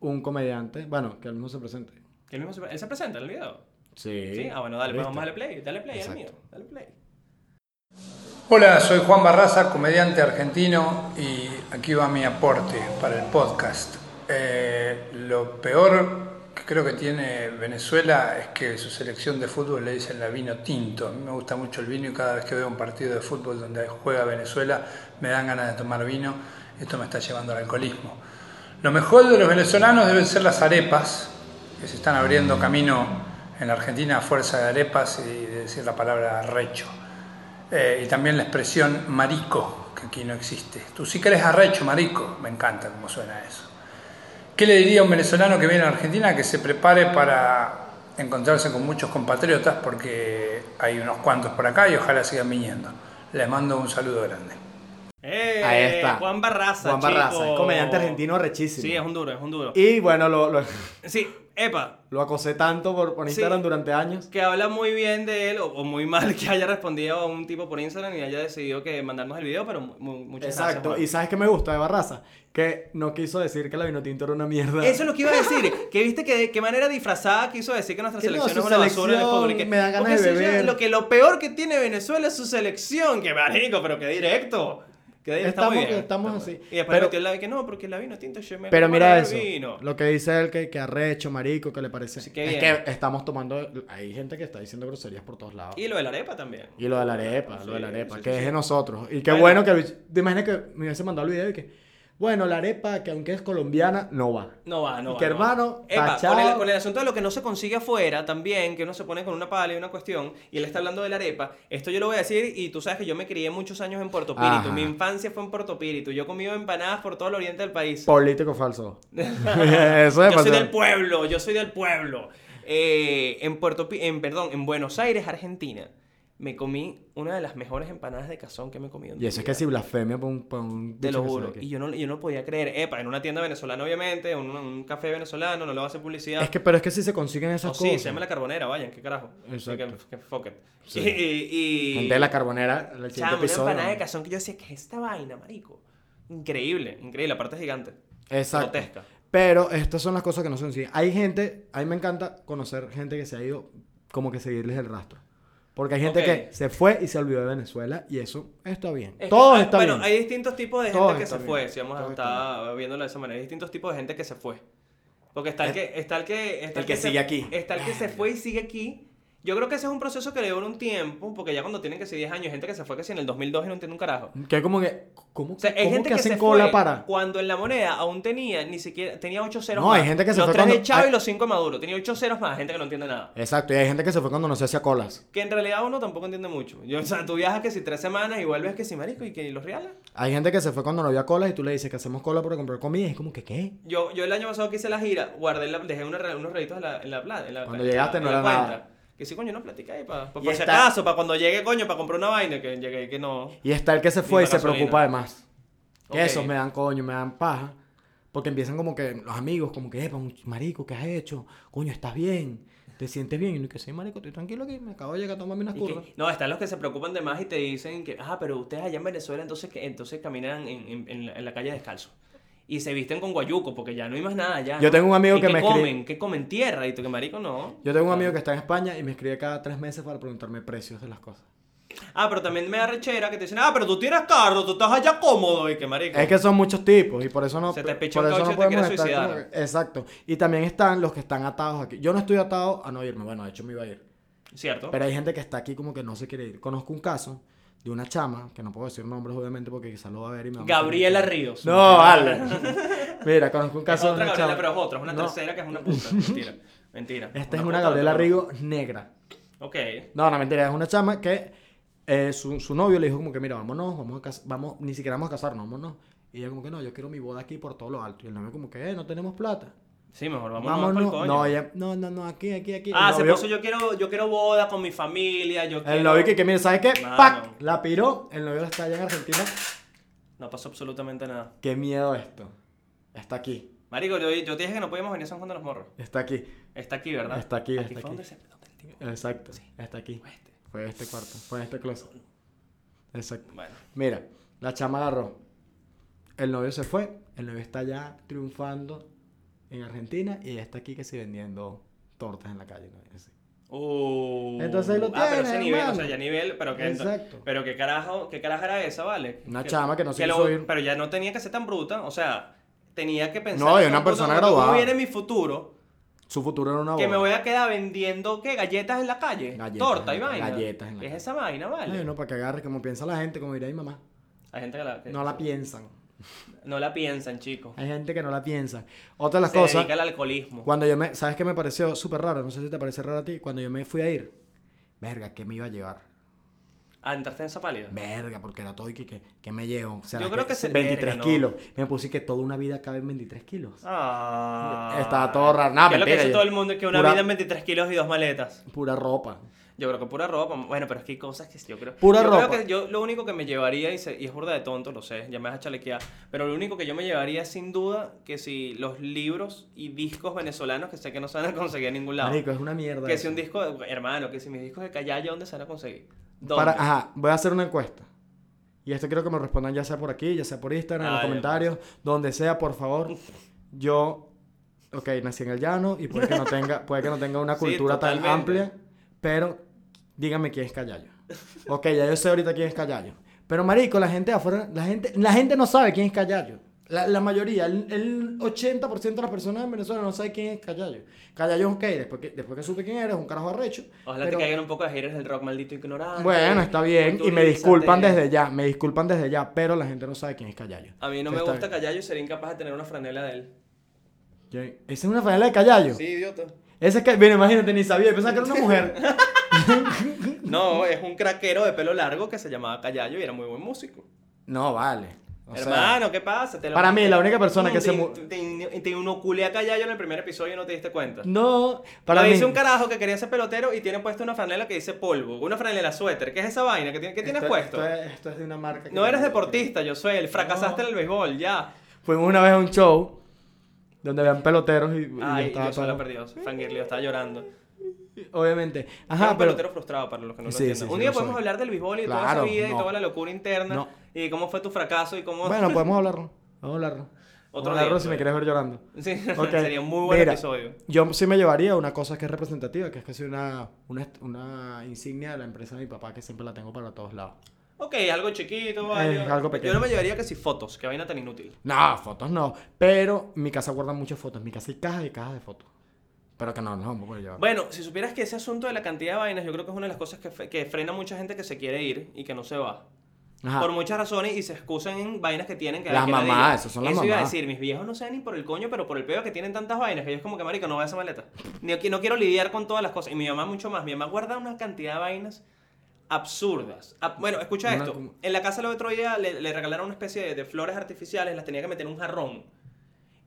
un comediante, bueno, que él mismo se presente.
Que él, mismo se, él se presenta en el video.
Sí.
Sí, ah, bueno, dale, pues
¿Viste?
vamos a darle play. Dale play al
Exacto.
mío. Dale play.
Hola, soy Juan Barraza, comediante argentino, y aquí va mi aporte para el podcast. Eh, lo peor que creo que tiene Venezuela es que su selección de fútbol le dicen la vino tinto. A mí me gusta mucho el vino y cada vez que veo un partido de fútbol donde juega Venezuela me dan ganas de tomar vino. Esto me está llevando al alcoholismo. Lo mejor de los venezolanos deben ser las arepas, que se están abriendo camino en la Argentina a fuerza de arepas y de decir la palabra recho. Eh, y también la expresión marico, que aquí no existe. Tú sí que eres arrecho, marico. Me encanta cómo suena eso. ¿Qué le diría a un venezolano que viene a Argentina que se prepare para encontrarse con muchos compatriotas? Porque hay unos cuantos por acá y ojalá sigan viniendo. Les mando un saludo grande.
¡Eh!
Ahí está.
Juan Barraza.
Juan Barraza,
chico.
comediante argentino rechísimo.
Sí, es un duro, es un duro.
Y bueno, lo, lo,
Sí, epa,
lo acosé tanto por, por
Sí.
Instagram durante años.
que habla muy bien de él o, o muy mal que haya respondido a un tipo por Instagram y haya decidido que mandarnos el video, pero mu- mu- muchas
Exacto. y
gracias.
sabes qué me gusta de Barraza? Que no quiso decir que la vinotinto era una mierda.
Juan. Eso es lo que iba a decir, que viste que de qué manera disfrazada quiso decir que nuestra
Que no,
selección
su
es una basura en el
selección,
fútbol. y que-
me da ganas
porque
de
eso ya-
beber.
Lo, que lo peor que tiene Venezuela es su selección, que marico, pero que directo. Que directo, está muy
Estamos-
bien,
estamos
está muy
así.
bien. Y después
Pero-
metió el labio que no, porque la vino tinta yo me
Pero
como
mira
el
eso,
vino.
lo que dice él que, que arrecho, marico, que le parece.
Sí, qué
es
bien.
que estamos tomando, hay gente que está diciendo groserías por todos lados.
Y lo de la arepa también.
Y lo de la arepa, lo de la
Sí,
arepa,
sí,
que
sí,
es
sí.
de nosotros. Y qué
Bueno.
bueno, que. Te imaginas que me hubiese mandado el video y que. Bueno, la arepa, que aunque es colombiana, no va.
No va, no
Y
va.
que,
no va.
hermano,
Epa,
tachado.
con el, con el asunto de lo que no se consigue afuera también, que uno se pone con una pala y una cuestión, y él está hablando de la arepa. Esto yo lo voy a decir, y tú sabes que yo me crié muchos años en Puerto Píritu.
Ajá.
Mi infancia fue en Puerto Píritu. Yo comí empanadas por todo el oriente del país.
Político falso. Eso es
yo soy del
falso.
pueblo, yo soy del pueblo. Eh, en Puerto Pi- en perdón, en Buenos Aires, Argentina, me comí una de las mejores empanadas de cazón que me he comido. en
Y
mi
eso es
vida.
que si blasfemia por un. por un
Te
bicho
lo
que se
juro.
ve aquí.
Y yo no, yo no podía creer. Epa, en una tienda venezolana, obviamente, un, un café venezolano, no le va a hacer publicidad.
Es que, pero es que si se consiguen esas
Oh,
cosas.
sí, se llama la carbonera, vayan, qué carajo.
Exacto.
Que, que fuck it.
Sí.
Y, y- y-
Gente de la carbonera, el siguiente
Chamo, una
episodio.
empanada de cazón que yo decía, ¿qué es esta vaina, marico? Increíble, increíble, aparte es gigante.
Exacto.
Grotesca.
Pero estas son las cosas que no se consiguen. Hay gente, a mí me encanta conocer gente que se ha ido, como que seguirles el rastro. Porque hay gente
Ok.
que se fue y se olvidó de Venezuela y eso está bien.
Es que,
Todo
ah,
está
bueno,
bien.
hay distintos tipos de
Todos
gente que se
están
fue,
bien.
si vamos a
Todos
estar viéndolo de esa manera. Hay distintos tipos de gente que se fue. Porque está
Es-
el que, está el que, está
Eh, el que
se-
sigue aquí.
Está el que se fue y sigue aquí. Yo creo que ese es un proceso que le dura un tiempo, porque ya cuando tienen que ser 10 años, hay gente que se fue que si en el 2002 y no entiende un carajo.
Que como que, ¿cómo,
O sea, hay
cómo
gente
que
que,
hacen
se
cola
fue
para?
cuando en la moneda aún tenía ni siquiera tenía 8 ceros
No,
más.
hay gente que se
los
fue
tres de
cuando-
Chávez
hay-
y los 5 de Maduro, tenía 8 ceros más, gente que no entiende nada.
Exacto, y hay gente que se fue cuando no se hacía colas.
Que en realidad uno tampoco entiende mucho. Yo, o sea, tú viajas que si tres semanas y vuelves que si marico y que los reales.
Hay gente que se fue cuando no había colas y tú le dices que hacemos cola para comprar comida y es como que, ¿qué?
Yo, yo el año pasado que hice la gira, guardé la- dejé una re- unos réditos en la, en la plata. en la-
Cuando
en la-
llegaste
en
no
la
era nada.
cuenta. Que sí, coño, no platica ahí para
Y
por si
está-
acaso, para cuando llegue, coño, para comprar una vaina, que llegué y que no.
Y está el que se fue
la
y se
gasolina.
preocupa de más. Que
Ok.
esos me dan coño, me dan paja. Porque empiezan como que los amigos, como que, epa, much- marico, ¿qué has hecho? Coño, ¿estás bien? ¿Te sientes bien? Y uno que sí, marico, estoy tranquilo aquí, me acabo de llegar a tomarme unas
Y que-
curvas.
no, están los que se preocupan de más y te dicen que, ah, pero ustedes allá en Venezuela entonces, que, entonces caminan en, en- en la- en la calle descalzo. Y se visten con guayuco, porque ya no hay más nada allá.
Yo
¿no?
tengo un amigo
¿Y
que
qué
me escribe-
comen? ¿Qué comen tierra? Y tú, que marico, no.
Yo tengo un amigo que está en España y me escribe cada tres meses para preguntarme precios de las cosas.
Ah, pero también me da rechera que te dicen, ah, pero tú tienes carro, tú estás allá cómodo. Y que marico.
Es que son muchos tipos y por eso no.
Se te
por
pichó un
eso
coche
no
y te quieres
podemos estar como
suicidar.
que- Exacto. Y también están los que están atados aquí. Yo no estoy atado a no irme. Bueno, de hecho me iba a ir.
Cierto.
Pero hay gente que está aquí como que no se quiere ir. Conozco un caso de una chama, que no puedo decir nombres obviamente porque quizás lo va a ver y me va a matar.
Gabriela Ríos.
No, vale. Mira, conozco un
Es
caso de
otra
una
Gabriela,
chama.
pero es otra, es una
No,
tercera que es una puta. Mentira. Mentira.
Esta es
puta,
una Gabriela
otra.
Rigo negra.
Ok.
No, no, mentira, es una chama que eh, su, su novio le dijo como que, mira, vámonos, vamos a cas- vamos, ni siquiera vamos a casarnos, vámonos. Y ella como que no, yo quiero mi boda aquí por todo lo alto. Y el novio como que, eh, no tenemos plata.
Sí, mejor vamos a
Vámonos.
coño.
No, ya- no, no, no, aquí, aquí, aquí.
Ah,
El
se
novio-
puso yo quiero, yo quiero boda con mi familia, yo quiero...
El novio que, que mira, ¿sabes qué?
Mano.
¡Pac! La piró. El novio está allá en Argentina.
No pasó absolutamente nada.
Qué miedo esto. Está aquí.
Marico, yo, yo te dije que no podíamos venir a San Juan de los Morros.
Está aquí.
Está aquí, ¿verdad?
Está aquí,
Aquí fue
está aquí.
donde se... donde el tipo-
Exacto. Está aquí.
fue este.
Fue este cuarto. Fue este closet. Exacto.
Bueno,
Mira, la chama agarró. El novio se fue. El novio está allá triunfando en Argentina y ella está aquí que sí vendiendo tortas en la calle. ¿no? Así.
Uh,
Entonces ahí lo
Ah, pero ese
tienes,
nivel, o
hermano.
sea, ya nivel, pero que
Exacto.
Pero qué carajo, qué carajo era esa, ¿vale?
Una chama que no se
lo-
quiso ir.
Pero ya no tenía que ser tan bruta, o sea, tenía que pensar.
No, y
que
una
tampoco
persona
cuando
graduada.
viene mi futuro,
Su futuro era una boda.
que me voy a quedar vendiendo, ¿qué? Galletas en la calle,
Galletas
torta
en
y
la-
vaina.
galletas en la
¿Qué es
calle.
esa vaina, ¿vale?
Ay, no, para que agarre como piensa la gente, como dirá mi mamá.
Hay gente que, la, que
No la piensan.
no la piensan, chicos.
Hay gente que no la piensa. Otra de las
Se
cosas,
dedica al alcoholismo.
cuando yo me, ¿sabes qué me pareció súper raro? No sé si te parece raro a ti. Cuando yo me fui a ir, verga, ¿qué me iba a llevar?
Ah, entraste en esa pálida.
Verga, porque era todo y que, que, que me llevo. O sea,
Yo
las
creo
ve-
que se-
23
verga, ¿no?
kilos. Me puse que toda una vida cabe en 23 kilos.
Ah.
Estaba todo raro. Nah,
¿Qué es lo que
mentira,
dice
yo-
todo el mundo que una
pura-
vida en 23 kilos y dos maletas.
Pura ropa.
Yo creo que pura ropa. Bueno, pero es que hay cosas que yo creo.
Pura
yo
ropa.
Creo que yo lo único que me llevaría, y, se- y es burda de tonto, lo sé, ya me vas a chalequear. Pero lo único que yo me llevaría es sin duda que si los libros y discos venezolanos que sé que no se van a conseguir en ningún lado.
Marico, es una mierda.
que
eso.
si un disco, de- hermano, que si mis discos de Callaya, ¿dónde se van a conseguir? ¿Dónde?
Para, ajá, voy a hacer una encuesta. Y esto quiero que me respondan ya sea por aquí, ya sea por Instagram, en los
Ay,
comentarios, donde sea, por favor. Yo, ok, nací en el llano y puede que no tenga, puede que no tenga una
Sí,
cultura tan
totalmente.
amplia, pero díganme quién es Callayo. Ok, ya yo sé ahorita quién es Callayo. Pero marico, la gente de afuera, la gente, la gente no sabe quién es Callayo. La, la mayoría, el, el 80% de las personas en Venezuela no sabe quién es Callayo. Callayo es ok, después que, después que supe quién era, es un carajo arrecho.
Ojalá
pero-
te caigan un poco de haters del rock maldito ignorante.
bueno, está bien. Y me
Culturízate.
disculpan desde ya, me disculpan desde ya, pero la gente no sabe quién es Callayo.
A mí no me
Está
gusta
bien.
Callayo y sería incapaz de tener una franela de él.
¿Quién? Esa es una franela de Callayo.
idiota.
Esa es que, mira, imagínate, ni sabía, yo pensaba que era una mujer.
No, es un craquero de pelo largo que se llamaba Callayo y era muy buen músico.
No, vale. O sea,
Hermano, ¿qué pasa? Te lo-
para mí, la única persona
Mm,
que se
te-
mu-
Te, te inoculé a Callayo en el primer episodio y no te diste cuenta.
No, para
Para
mí.
dice un carajo que quería ser pelotero y tiene puesto una franela que dice polvo. Una franela suéter. ¿Qué es esa vaina? ¿Qué, tiene- qué tienes
Esto-
puesto?
Esto es, esto es de una marca. que-
No eres deportista, yo soy el fracasaste en el béisbol, ya.
Fuimos una vez a un show donde vean peloteros y, y
Ay,
estaba
yo solo
todo-
perdido. Fangirlio, estaba llorando.
Obviamente.
Era
Ajá,
un
pero.
pelotero frustrado para los que no lo
Sí,
entiendan.
sí,
un
sí,
día
lo
podemos
soy.
hablar del béisbol y de toda
Claro,
esa vida y
no.
toda la locura interna
No.
y cómo fue tu fracaso y cómo
Bueno, podemos hablarlo. Vamos a hablarlo.
Otro
Vamos a
día,
hablarlo si
otro día.
me quieres ver llorando.
Sí,
Ok,
sería un muy buen
mira,
episodio.
Yo sí me llevaría una cosa que es representativa, que es casi una, una, est- una insignia de la empresa de mi papá que siempre la tengo para todos lados.
Ok, algo chiquito, vale.
Es Eh, algo pequeño.
Yo no me llevaría que si fotos, que vaina tan inútil.
No, fotos no. Pero en mi casa guarda muchas fotos. En mi casa hay cajas y cajas de fotos. Pero que no, no me voy a llevar.
Bueno, si supieras que ese asunto de la cantidad de vainas, yo creo que es una de las cosas que, fe- que frena a mucha gente que se quiere ir y que no se va.
Ajá.
Por muchas razones y se excusan en vainas que tienen que
Las
que
mamás,
ladilla.
eso son las
Eso iba a
mamás.
decir, mis viejos no saben ni por el coño, pero por el pedo que tienen tantas vainas, que ellos como que, marico, no voy a esa maleta. Ni, no quiero lidiar con todas las cosas. Y mi mamá mucho más. Mi mamá guarda una cantidad de vainas absurdas. Ah, bueno, escucha
Una
esto.
como-
En la casa el otro día le, le regalaron una especie de, de flores artificiales, las tenía que meter en un jarrón.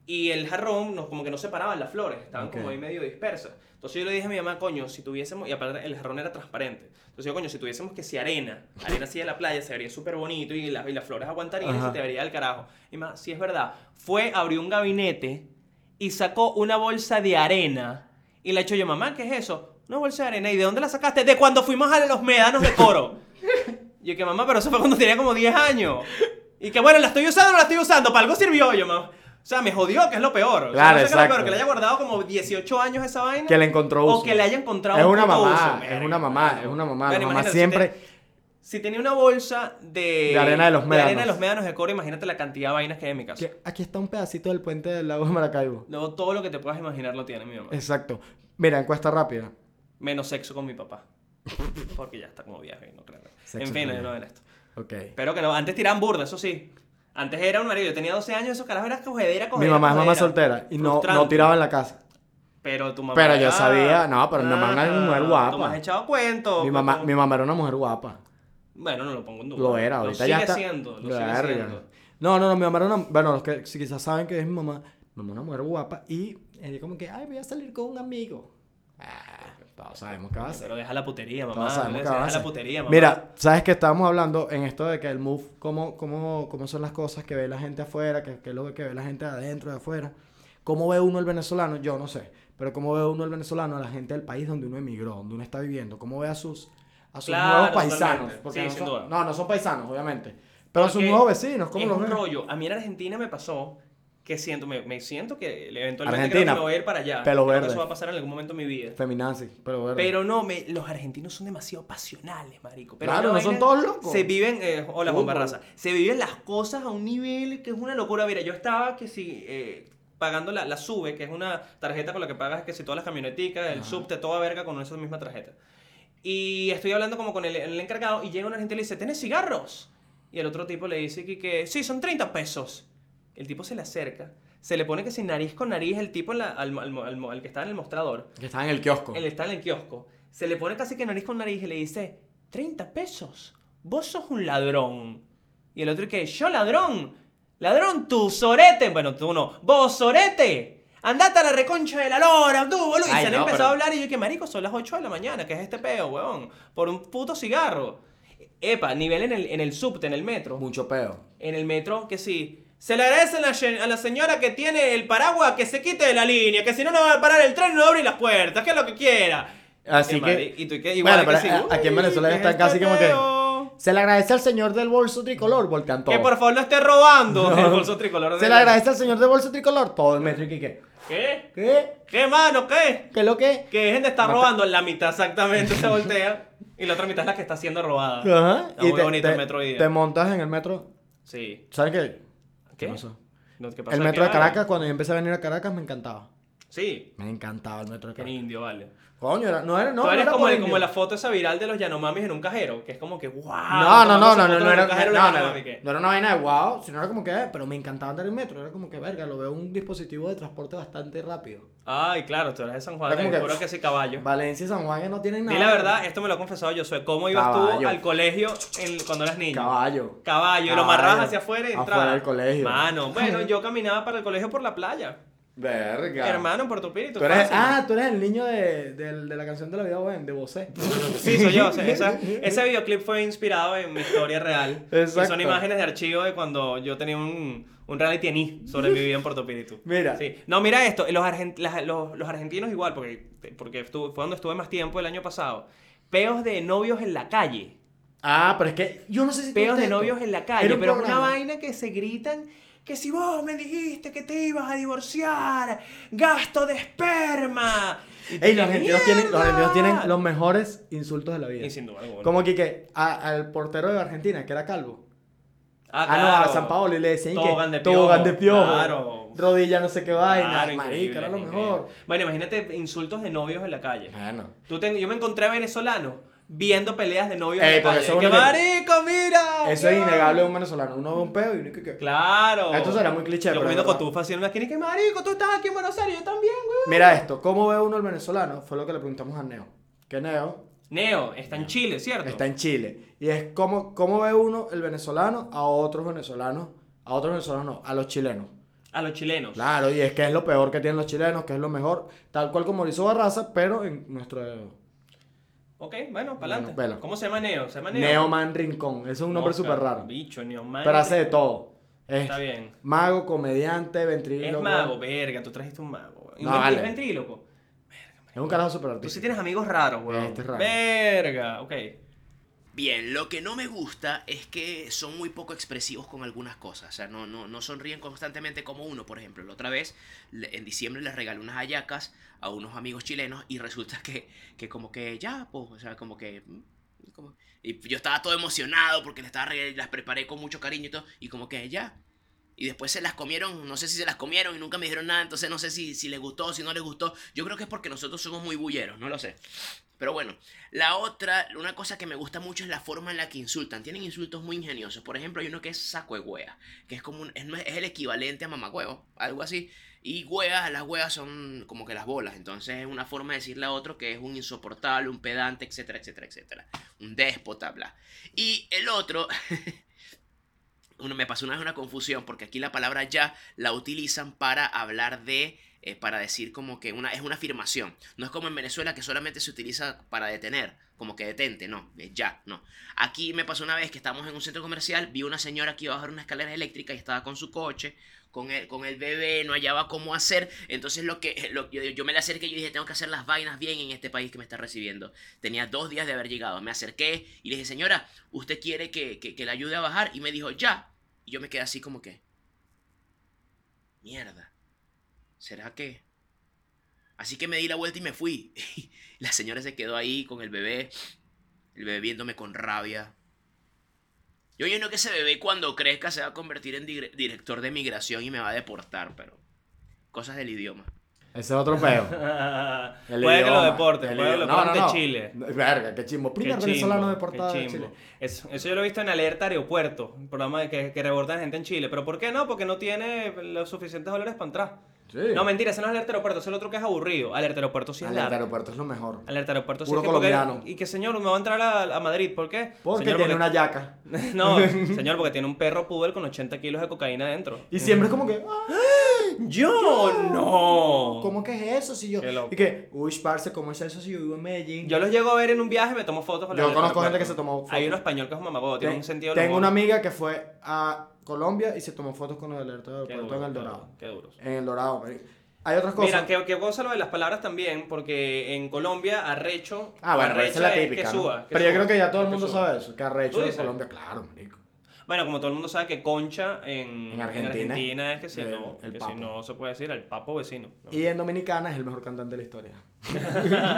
Y el jarrón, no, como que no separaban las flores, estaban
Ok.
como ahí medio dispersas. Entonces yo le dije a mi mamá, coño, si tuviésemos, y aparte el jarrón era transparente. Entonces yo, coño, si tuviésemos que si arena, arena así de la playa, se vería súper bonito y, las y las flores aguantarían y
Ajá.
se te vería el carajo. Y más, si es verdad, fue, abrió un gabinete y sacó una bolsa de arena. Y le he yo, mamá, ¿qué es eso? Una bolsa de arena. ¿Y de dónde la sacaste? De cuando fuimos a los medanos de coro. Yo que mamá, pero eso fue cuando tenía como 10 años. Y que bueno, la estoy usando o no la estoy usando, para algo sirvió yo, mamá. O sea, me jodió, que es lo peor. O sea,
Claro,
no sé qué es lo
exacto.
peor, que le haya guardado como 18 años esa vaina.
Que le encontró
O
uso.
que le haya encontrado
es
un
una
puto
mamá,
uso,
es
verga.
una mamá, es una mamá.
Bueno,
la mamá
imagínate,
siempre.
Si tenía una bolsa de...
De arena de los
De arena de
médanos.
los médanos de coro, imagínate la cantidad de vainas que hay en mi casa.
que aquí está un pedacito del puente del lago de Maracaibo.
Luego todo lo que te puedas imaginar lo tiene mi mamá.
Exacto. Mira, encuesta rápida.
Menos sexo con mi papá. Porque ya está como viejo y no creo.
Sexo
en fin,
con
yo
mi-
no en esto.
Ok.
Pero que no, antes tiraban burda, eso sí. Antes era un marido, yo tenía 12 años, esos carajos eran cogedera,
Mi
cogedera,
mamá es mamá
cogedera.
soltera y no, no
Frustrante.
tiraba en la casa.
Pero tu mamá.
Pero yo
era-
sabía, no, pero mi mamá era una mujer guapa.
Tú me has echado cuentos.
Mi mamá,
pero-
mi mamá era una mujer guapa.
Bueno, no lo pongo en duda.
Lo era, ahorita
sigue
ya está.
Siendo, lo sigue
Verga.
siendo.
No, no, no, mi mamá era una. Bueno, los que si quizás saben que es mi mamá. mamá una mujer guapa y él como que, ay, voy a salir con un amigo. Ah, todos sabemos qué va a hacer.
Pero deja la putería, mamá.
Todos sabemos
deja
que va a
la
ser.
putería, mamá.
Mira, sabes que estábamos hablando en esto de que el move, cómo, cómo, cómo son las cosas que ve la gente afuera, que, que es lo que ve la gente de adentro, de afuera. ¿Cómo ve uno el venezolano? Yo no sé. Pero cómo ve uno el venezolano, a la gente del país donde uno emigró, donde uno está viviendo. ¿Cómo ve a sus, a sus
Claro,
nuevos
totalmente.
paisanos?
Sí,
no,
sin
son,
duda.
no, no son paisanos, obviamente. Pero a sus
Porque
nuevos vecinos, ¿cómo
es
los
un
ven?
rollo. A mí en Argentina me pasó que siento, me, me siento que eventualmente creo
Argentina,
que me voy a ir para allá.
pelo
Creo que
verde.
Eso va a pasar en algún momento en mi vida.
Feminazi, pero verde.
Pero no, me- los argentinos son demasiado pasionales, marico. Pero
Claro,
una
no son
vaina-
todos locos.
Se viven, eh, hola Juan
Fútbol.
Barraza, se viven las cosas a un nivel que es una locura. Mira, yo estaba que si eh, pagando la, la SUBE, que es una tarjeta con la que pagas que si todas las camioneticas, el subte, toda verga con esa misma tarjeta. Y estoy hablando como con el, el encargado y llega un argentino y le dice, ¿tienes cigarros? Y el otro tipo le dice que, que sí, son 30 pesos. El tipo se le acerca, se le pone que sin nariz con nariz el tipo en la- al, al- al- al que está en el mostrador.
que estaban en el kiosco.
Él está en el kiosco. Se le pone casi que nariz con nariz y le dice, 30 pesos. Vos sos un ladrón. Y el otro que, yo ladrón. Ladrón, tú, sorete. Bueno, tú no. Vos, sorete. Andate a la reconcha de la lora, tú, boludo. Y
Ay,
se han
no,
empezado
pero-
a hablar y yo que marico, son las 8 de la mañana, que es este peo, huevón. Por un puto cigarro. Epa, nivel en el, en el subte, en el metro
Mucho peo. en
en el metro que sí. Se le agradece a la, ye- a la señora que tiene el paraguas que se quite de la línea, que si no, no va a parar el tren y no abre las puertas, que es lo que quiera.
Así
Eh,
que-
mari- y tú, ¿qué? Igual
bueno,
que
pero
sí,
a- aquí en
uy,
Venezuela
¿qué
ya están
es este
casi como que-
peo?
Se le agradece al señor del bolso tricolor, voltean todos.
Que por favor no esté robando el bolso tricolor. de
Se le
la-
agradece al señor del bolso tricolor, todo el metro y que, que,
¿Qué?
¿qué?
¿Qué, mano? ¿Qué?
¿Qué es lo que?
Que dejen de estar
No te-
robando la mitad exactamente, se voltea. Y la otra mitad es la que está siendo robada.
Ajá.
Está muy bonito el metro hoy día.
te montas en el metro.
Sí.
¿Sabes qué?
¿Qué?
pasó?
No, ¿qué pasa?
El metro de
¿Qué?
Caracas, cuando yo empecé a venir a Caracas, me encantaba.
Sí.
Me encantaba el metro de
Qué
Caracas.
indio, vale.
Coño, era- no era, no,
Tú
no
eres
era
como,
por
el-
indio.
como la foto esa viral de los Yanomamis en un cajero, que es como que wow.
No, no, no, no, no, no
en
era,
un cajero
no,
los
no,
Yanomami, ¿qué?
no era una vaina de wow, sino era como que, eh, pero me encantaba andar en metro, era como que, verga, lo veo un dispositivo de transporte bastante rápido.
Ay, claro, tú eres de San Juan,
Era como
te
que-
juro que sí, caballo.
Valencia y San Juan que no tienen nada.
Di la verdad, esto me lo ha confesado yo, soy cómo ibas tú
Caballo.
al colegio en- cuando eras niño.
Caballo.
Caballo, y lo
Caballo.
amarrabas hacia afuera y
Afuera
entrabas.
del colegio.
Mano, bueno, yo caminaba para el colegio por la playa.
Verga.
Hermano, por tu píritu.
Tú eres,
fácil.
ah, tú eres el niño de, del- de la canción de la vida joven, de Bosé.
Sí, soy yo. o sea, esa- ese videoclip fue inspirado en mi historia real. Y son
Exacto.
imágenes de archivo de cuando yo tenía un, un reality en I sobre mi vida en Puerto Píritu.
Mira.
Sí. No, mira esto. Los, argen- las- los, los argentinos igual, porque, porque estuve- fue donde estuve más tiempo el año pasado. Peos de novios en la calle.
Ah, pero es que yo no sé si tú
Peos
viste
de
esto.
novios en la calle.
Era un
pero es una
programa.
vaina que se gritan... Que si vos me dijiste que te ibas a divorciar, gasto de esperma. Y tú,
Ey, los
¿qué
argentinos, tienen, los
mierda?
argentinos tienen los mejores insultos de la vida.
¡Ah! Y sin duda alguna.
Como que, que a- al portero de Argentina, que era calvo.
Ah,
Ah, no,
claro.
a San Paolo y le decían que
Tobogán de
tobogán
piojo,
de piojo,
claro.
rodilla no sé qué vaina,
Claro,
marica,
increíble,
era lo
increíble.
mejor.
Bueno, imagínate insultos de novios en la calle.
Bueno.
Tú te- yo me encontré a venezolanos viendo peleas de novios
Ey,
en la
porque
calle.
eso
¡Qué
uno
marico, mira!
Eso es
Dios!
innegable de un venezolano, uno ve un peo y uno que... que-
Ah, Claro.
Esto será muy cliché,
Yo
pero
comiendo
es verdad.
cotufa así en una esquina y que marico, tú estás aquí en Buenos Aires, yo también, güey.
Mira esto, ¿cómo ve uno el venezolano? Fue lo que le preguntamos a Neo. Que Neo
Neo, está en Chile, ¿cierto?
está en Chile. Y es cómo, cómo ve uno el venezolano a otros venezolanos, a otros venezolanos no, a los chilenos.
A los chilenos.
Claro, y es que es lo peor que tienen los chilenos, que es lo mejor, tal cual como lo hizo Barraza, pero en nuestro...
Ok, bueno, para adelante.
Bueno, velo.
¿Cómo se llama Neo? ¿Se llama Neo?
Neoman Rincón, ese es un nombre
Mosca,
súper raro.
Bicho, Neo man.
Pero hace de todo. Es
Está bien.
Mago, comediante,
Es
ventríloco.
mago, verga, tú trajiste un mago. güey.
No,
¿Es
vale.
ventríloco?
Es un carajo súper
Tú sí
artista.
tienes amigos raros, güey.
Este es raro.
Verga, ok.
Bien, lo que no me gusta es que son muy poco expresivos con algunas cosas. O sea, no, no, no sonríen constantemente como uno, por ejemplo. La otra vez, le- en diciembre les regalé unas hallacas a unos amigos chilenos y resulta que, que como que ya, pues, o sea, como que... mm, como- y yo estaba todo emocionado porque les estaba, reg- las preparé con mucho cariño y todo, y como que ya. Y después se las comieron, no sé si se las comieron y nunca me dijeron nada, entonces no sé si, si les gustó, si no les gustó. Yo creo que es porque nosotros somos muy bulleros, no lo sé. Pero bueno, la otra, una cosa que me gusta mucho es la forma en la que insultan. Tienen insultos muy ingeniosos. Por ejemplo, hay uno que es saco de hueá, que es como un- es, no- es el equivalente a mamagüeo, algo así. Y hueas, las hueas son como que las bolas. Entonces es una forma de decirle a otro que es un insoportable, un pedante, etcétera, etcétera, etcétera. Un déspota, bla. Y el otro, uno, me pasó una vez una confusión, porque aquí la palabra ya la utilizan para hablar de, eh, para decir como que una, es una afirmación. No es como en Venezuela que solamente se utiliza para detener, como que detente, no, es ya, no. Aquí me pasó una vez que estábamos en un centro comercial, vi una señora que iba a bajar unas escaleras eléctricas y estaba con su coche, con el, con el bebé, no hallaba cómo hacer. Entonces lo que lo- yo, yo me le acerqué y yo dije, tengo que hacer las vainas bien en este país que me está recibiendo. Tenía dos días de haber llegado. Me acerqué y le dije, señora, ¿usted quiere que, que, que la ayude a bajar? Y me dijo, ya. Y yo me quedé así como que, mierda, ¿será que...? Así que me di la vuelta y me fui. La señora se quedó ahí con el bebé, el bebé viéndome con rabia. Yo lleno que ese bebé cuando crezca se va a convertir en digre- director de migración y me va a deportar, pero cosas del idioma.
Ese es otro peo. El
puede que
idioma,
lo deporte,
el
puede que lo
idioma. No,
deporte
no, no.
Chile.
Verga, qué chimbo.
Qué
Primer
chimbo,
venezolano
qué
deportado de
chimbo.
Chile.
Eso, eso yo lo he visto en Alerta Aeropuerto, un programa de que, que reportan gente en Chile. ¿Pero por qué no? Porque no tiene los suficientes dólares para entrar.
Sí.
No, mentira, ese no es Alerta Aeropuerto, ese es el otro que es aburrido. Alerta Aeropuerto sí es
Al
largo.
aeropuerto es lo mejor.
Alerta Aeropuerto sí
Puro
es que porque-
colombiano.
Y que señor, me va a entrar a, a Madrid, ¿por qué?
Porque
Señor,
tiene una yaca.
No, señor, porque tiene un perro pudel con 80 kilos de cocaína adentro.
Y siempre es como que, "Ah,
¡Yo no!
¿cómo que es eso? Si yo.
Qué loco.
Y que, uy, parce, ¿cómo es eso si yo vivo en Medellín?
Yo los llego a ver en un viaje, me tomo fotos. con
Yo
los del
conozco
aeropuerto.
gente que se tomó fotos.
Hay un español que es un mamagüevo, tiene
Te-
un sentido del
Tengo
humor.
una amiga que fue a Colombia y se tomó fotos con el alerta de
Qué duro,
aeropuerto en El
qué
Dorado.
duro, Qué duro.
En El Dorado, marico. Hay otras cosas.
Mira, que, que cosa lo de las palabras también, porque en Colombia, arrecho.
Ah, bueno,
arrecha
esa es la típica.
que
¿no?
suba, que
Pero yo
suba,
creo que ya todo el
que
mundo
suba.
sabe eso. Que
¿Tú
arrecho de
dices?
Colombia, claro, marico.
Bueno, como todo el mundo sabe que concha en,
En Argentina.
Argentina es que si
El-
no,
el
que si
papo.
no se puede decir el papo vecino. ¿no?
Y en Dominicana es el mejor cantante de la historia.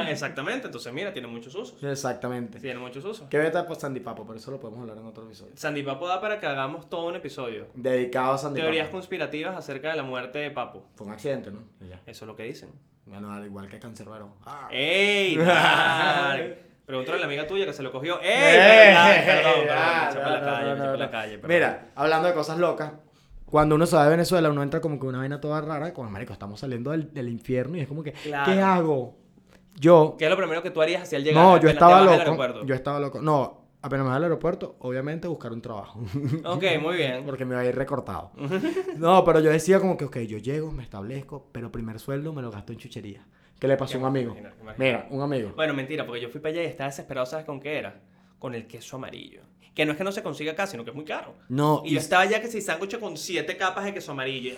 Exactamente, entonces mira, tiene muchos usos.
Exactamente.
Tiene muchos usos.
¿Qué beta por Sandy Papo? Pero eso lo podemos hablar en otro episodio.
Sandy Papo da para que hagamos todo un episodio.
Dedicado a Sandy
Teorías
Papo.
conspirativas acerca de la muerte de Papo.
Fue un accidente, ¿no? Y ya.
Eso es lo que dicen.
Bueno, al igual que Cancerbero. Ah.
¡Ey! Dark! Pregúntale a la amiga tuya que se lo cogió. ¡Ey!
Eh,
Dark! Perdón, perdón,
ah,
me eché para la
no,
calle,
no,
me eché
no,
para la
no.
calle. perdón.
Mira, hablando de cosas locas, cuando uno se va de Venezuela, uno entra como que una vaina toda rara, como marico, estamos saliendo del, del infierno y es como que,
Claro.
¿qué hago? Yo,
¿Qué es lo primero que tú harías hacia el llegar?
no,
apenas
yo
te
estaba
bajas del
loco,
aeropuerto?
yo estaba loco, no, apenas me bajé al aeropuerto, obviamente buscar un trabajo,
Ok, muy bien.
porque me iba a ir recortado. no, pero yo decía como que, ok, yo llego, me establezco, pero primer sueldo me lo gasto en chuchería. ¿Qué le pasó a un amigo?
Imagina, imagina.
Mira, un amigo.
Bueno, mentira, porque yo fui para allá y estaba desesperado, ¿sabes con qué era? Con el queso amarillo. Que no es que no se consiga acá, sino que es muy caro.
No,
Y yo estaba ya que si sándwich con siete capas de queso amarillo.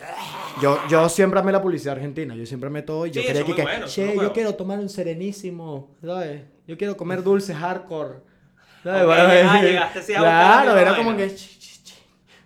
Yo, yo siempre amé la publicidad argentina, yo siempre amé todo y yo
Sí,
quería
son muy
que, que,
buenos, son
che,
muy
yo
buenos". Mm.
quiero tomar un serenísimo, ¿sabes? Yo quiero comer dulce hardcore. ¿sabes?
Ok,
Bueno,
ah, llegaste así a buscar la
Claro,
misma
era como
vaina.
que ch, ch, ch,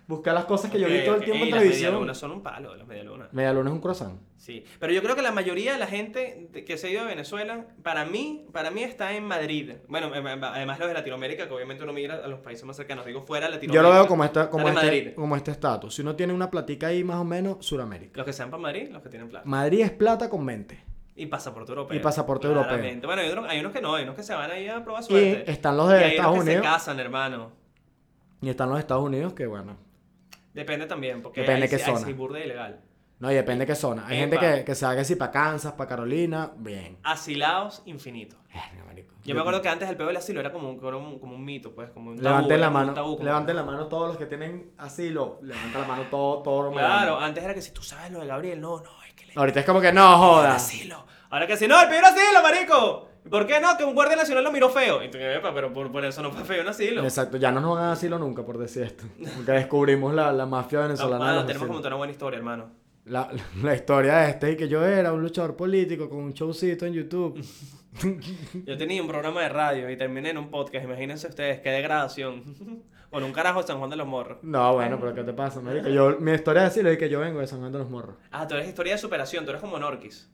buscar las cosas que yo vi
Ok,
todo el
ok.
tiempo
Ey,
en
las
televisión.
medialunas son un palo, las medialunas.
Medialuna es un croissant.
Sí, pero yo creo que la mayoría de la gente de- que se ha ido a Venezuela, para mí, para mí está en Madrid. Bueno, em- em- además los de Latinoamérica, que obviamente uno migra a los países más cercanos, digo fuera de
Yo
Latinoamérica.
lo veo como esta, como
están en
este,
Madrid.
como este estatus. Si uno tiene una platica ahí más o menos, Suramérica.
Los que sean para Madrid, los que tienen plata.
Madrid es plata con mente.
Y pasaporte europeo.
Y pasaporte
Claramente. Bueno, hay otros, hay unos que no, hay unos que se van ahí a probar
Y
suerte.
están los de
Y hay
Estados
unos que
Unidos.
se casan, hermano.
Y están los Estados Unidos que bueno.
Depende también, porque
Depende
hay,
qué
hay,
zona.
sí burde ilegal.
No, y depende de qué zona. Hay gente
Epa.
que, que se haga así para Kansas, para Carolina, bien.
Asilados infinitos.
Verga, marico.
Yo me acuerdo que antes el peo del asilo era como un, como un, como un mito, pues, como un tabú,
Levanten
era
la
como un
mano.
tabú, como-
levanten la mano todos los que tienen asilo. Levanten la mano todo, todo lo
Claro, antes era que si tú sabes lo de Gabriel, no, no, es que le
Ahorita es como que no
Ahora
jodas.
asilo. Ahora que si no, el pidió asilo, marico. ¿Por qué no? Que un guardia nacional lo miró feo. Y tú, "Epa, pero por, por eso no fue feo un asilo.
Exacto, ya no nos van a asilo nunca por decir esto. Porque descubrimos la, la mafia
No,
venezolana. de
mano,
los
tenemos como
asilos.
una buena historia, hermano.
la, la historia de este y que yo era un luchador político con un showcito en YouTube.
Yo tenía un programa de radio y terminé en un podcast. Imagínense ustedes, qué degradación. Con un carajo de San Juan de los Morros.
No, bueno, pero ¿qué te pasa, marico? Yo, mi historia de asilo es que yo vengo de San Juan de los Morros.
Ah, tú eres historia de superación, tú eres como Norquis.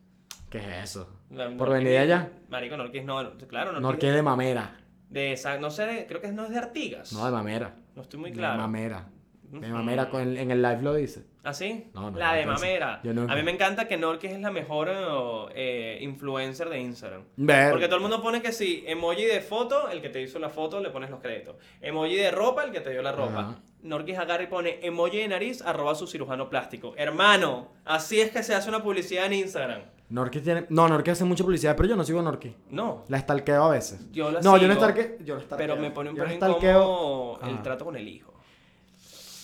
¿Qué es eso?
La-
¿Por
Norquis-
venir de allá?
Marico, Norquis no, no, claro, Norquis.
No, que de mamera.
De San- no sé, de- creo que no es de Artigas.
No, de mamera.
No estoy muy
De
claro.
mamera. De mamera, con el- en el live lo dice.
¿Ah, sí?
No, no,
la
no
de
pensé.
Mamera.
Yo no-
A mí me encanta que Norquis es la mejor eh, influencer de Instagram.
Ver.
Porque todo el mundo pone que sí, emoji de foto, el que te hizo la foto le pones los créditos. Emoji de ropa, el que te dio la ropa.
Ajá.
Norquis agarra y pone emoji de nariz, arroba su cirujano plástico. Hermano, así es que se hace una publicidad en Instagram.
Norquis tiene. No, Norquis hace mucha publicidad, pero yo no sigo a Norquis.
No,
La stalkeo a veces.
Yo la
no, yo no
sigo,
stalkeo. Yo no stalkeo.
pero me pone un
Yo
poco
no stalkeo.
incómodo el
Ajá.
trato con el hijo.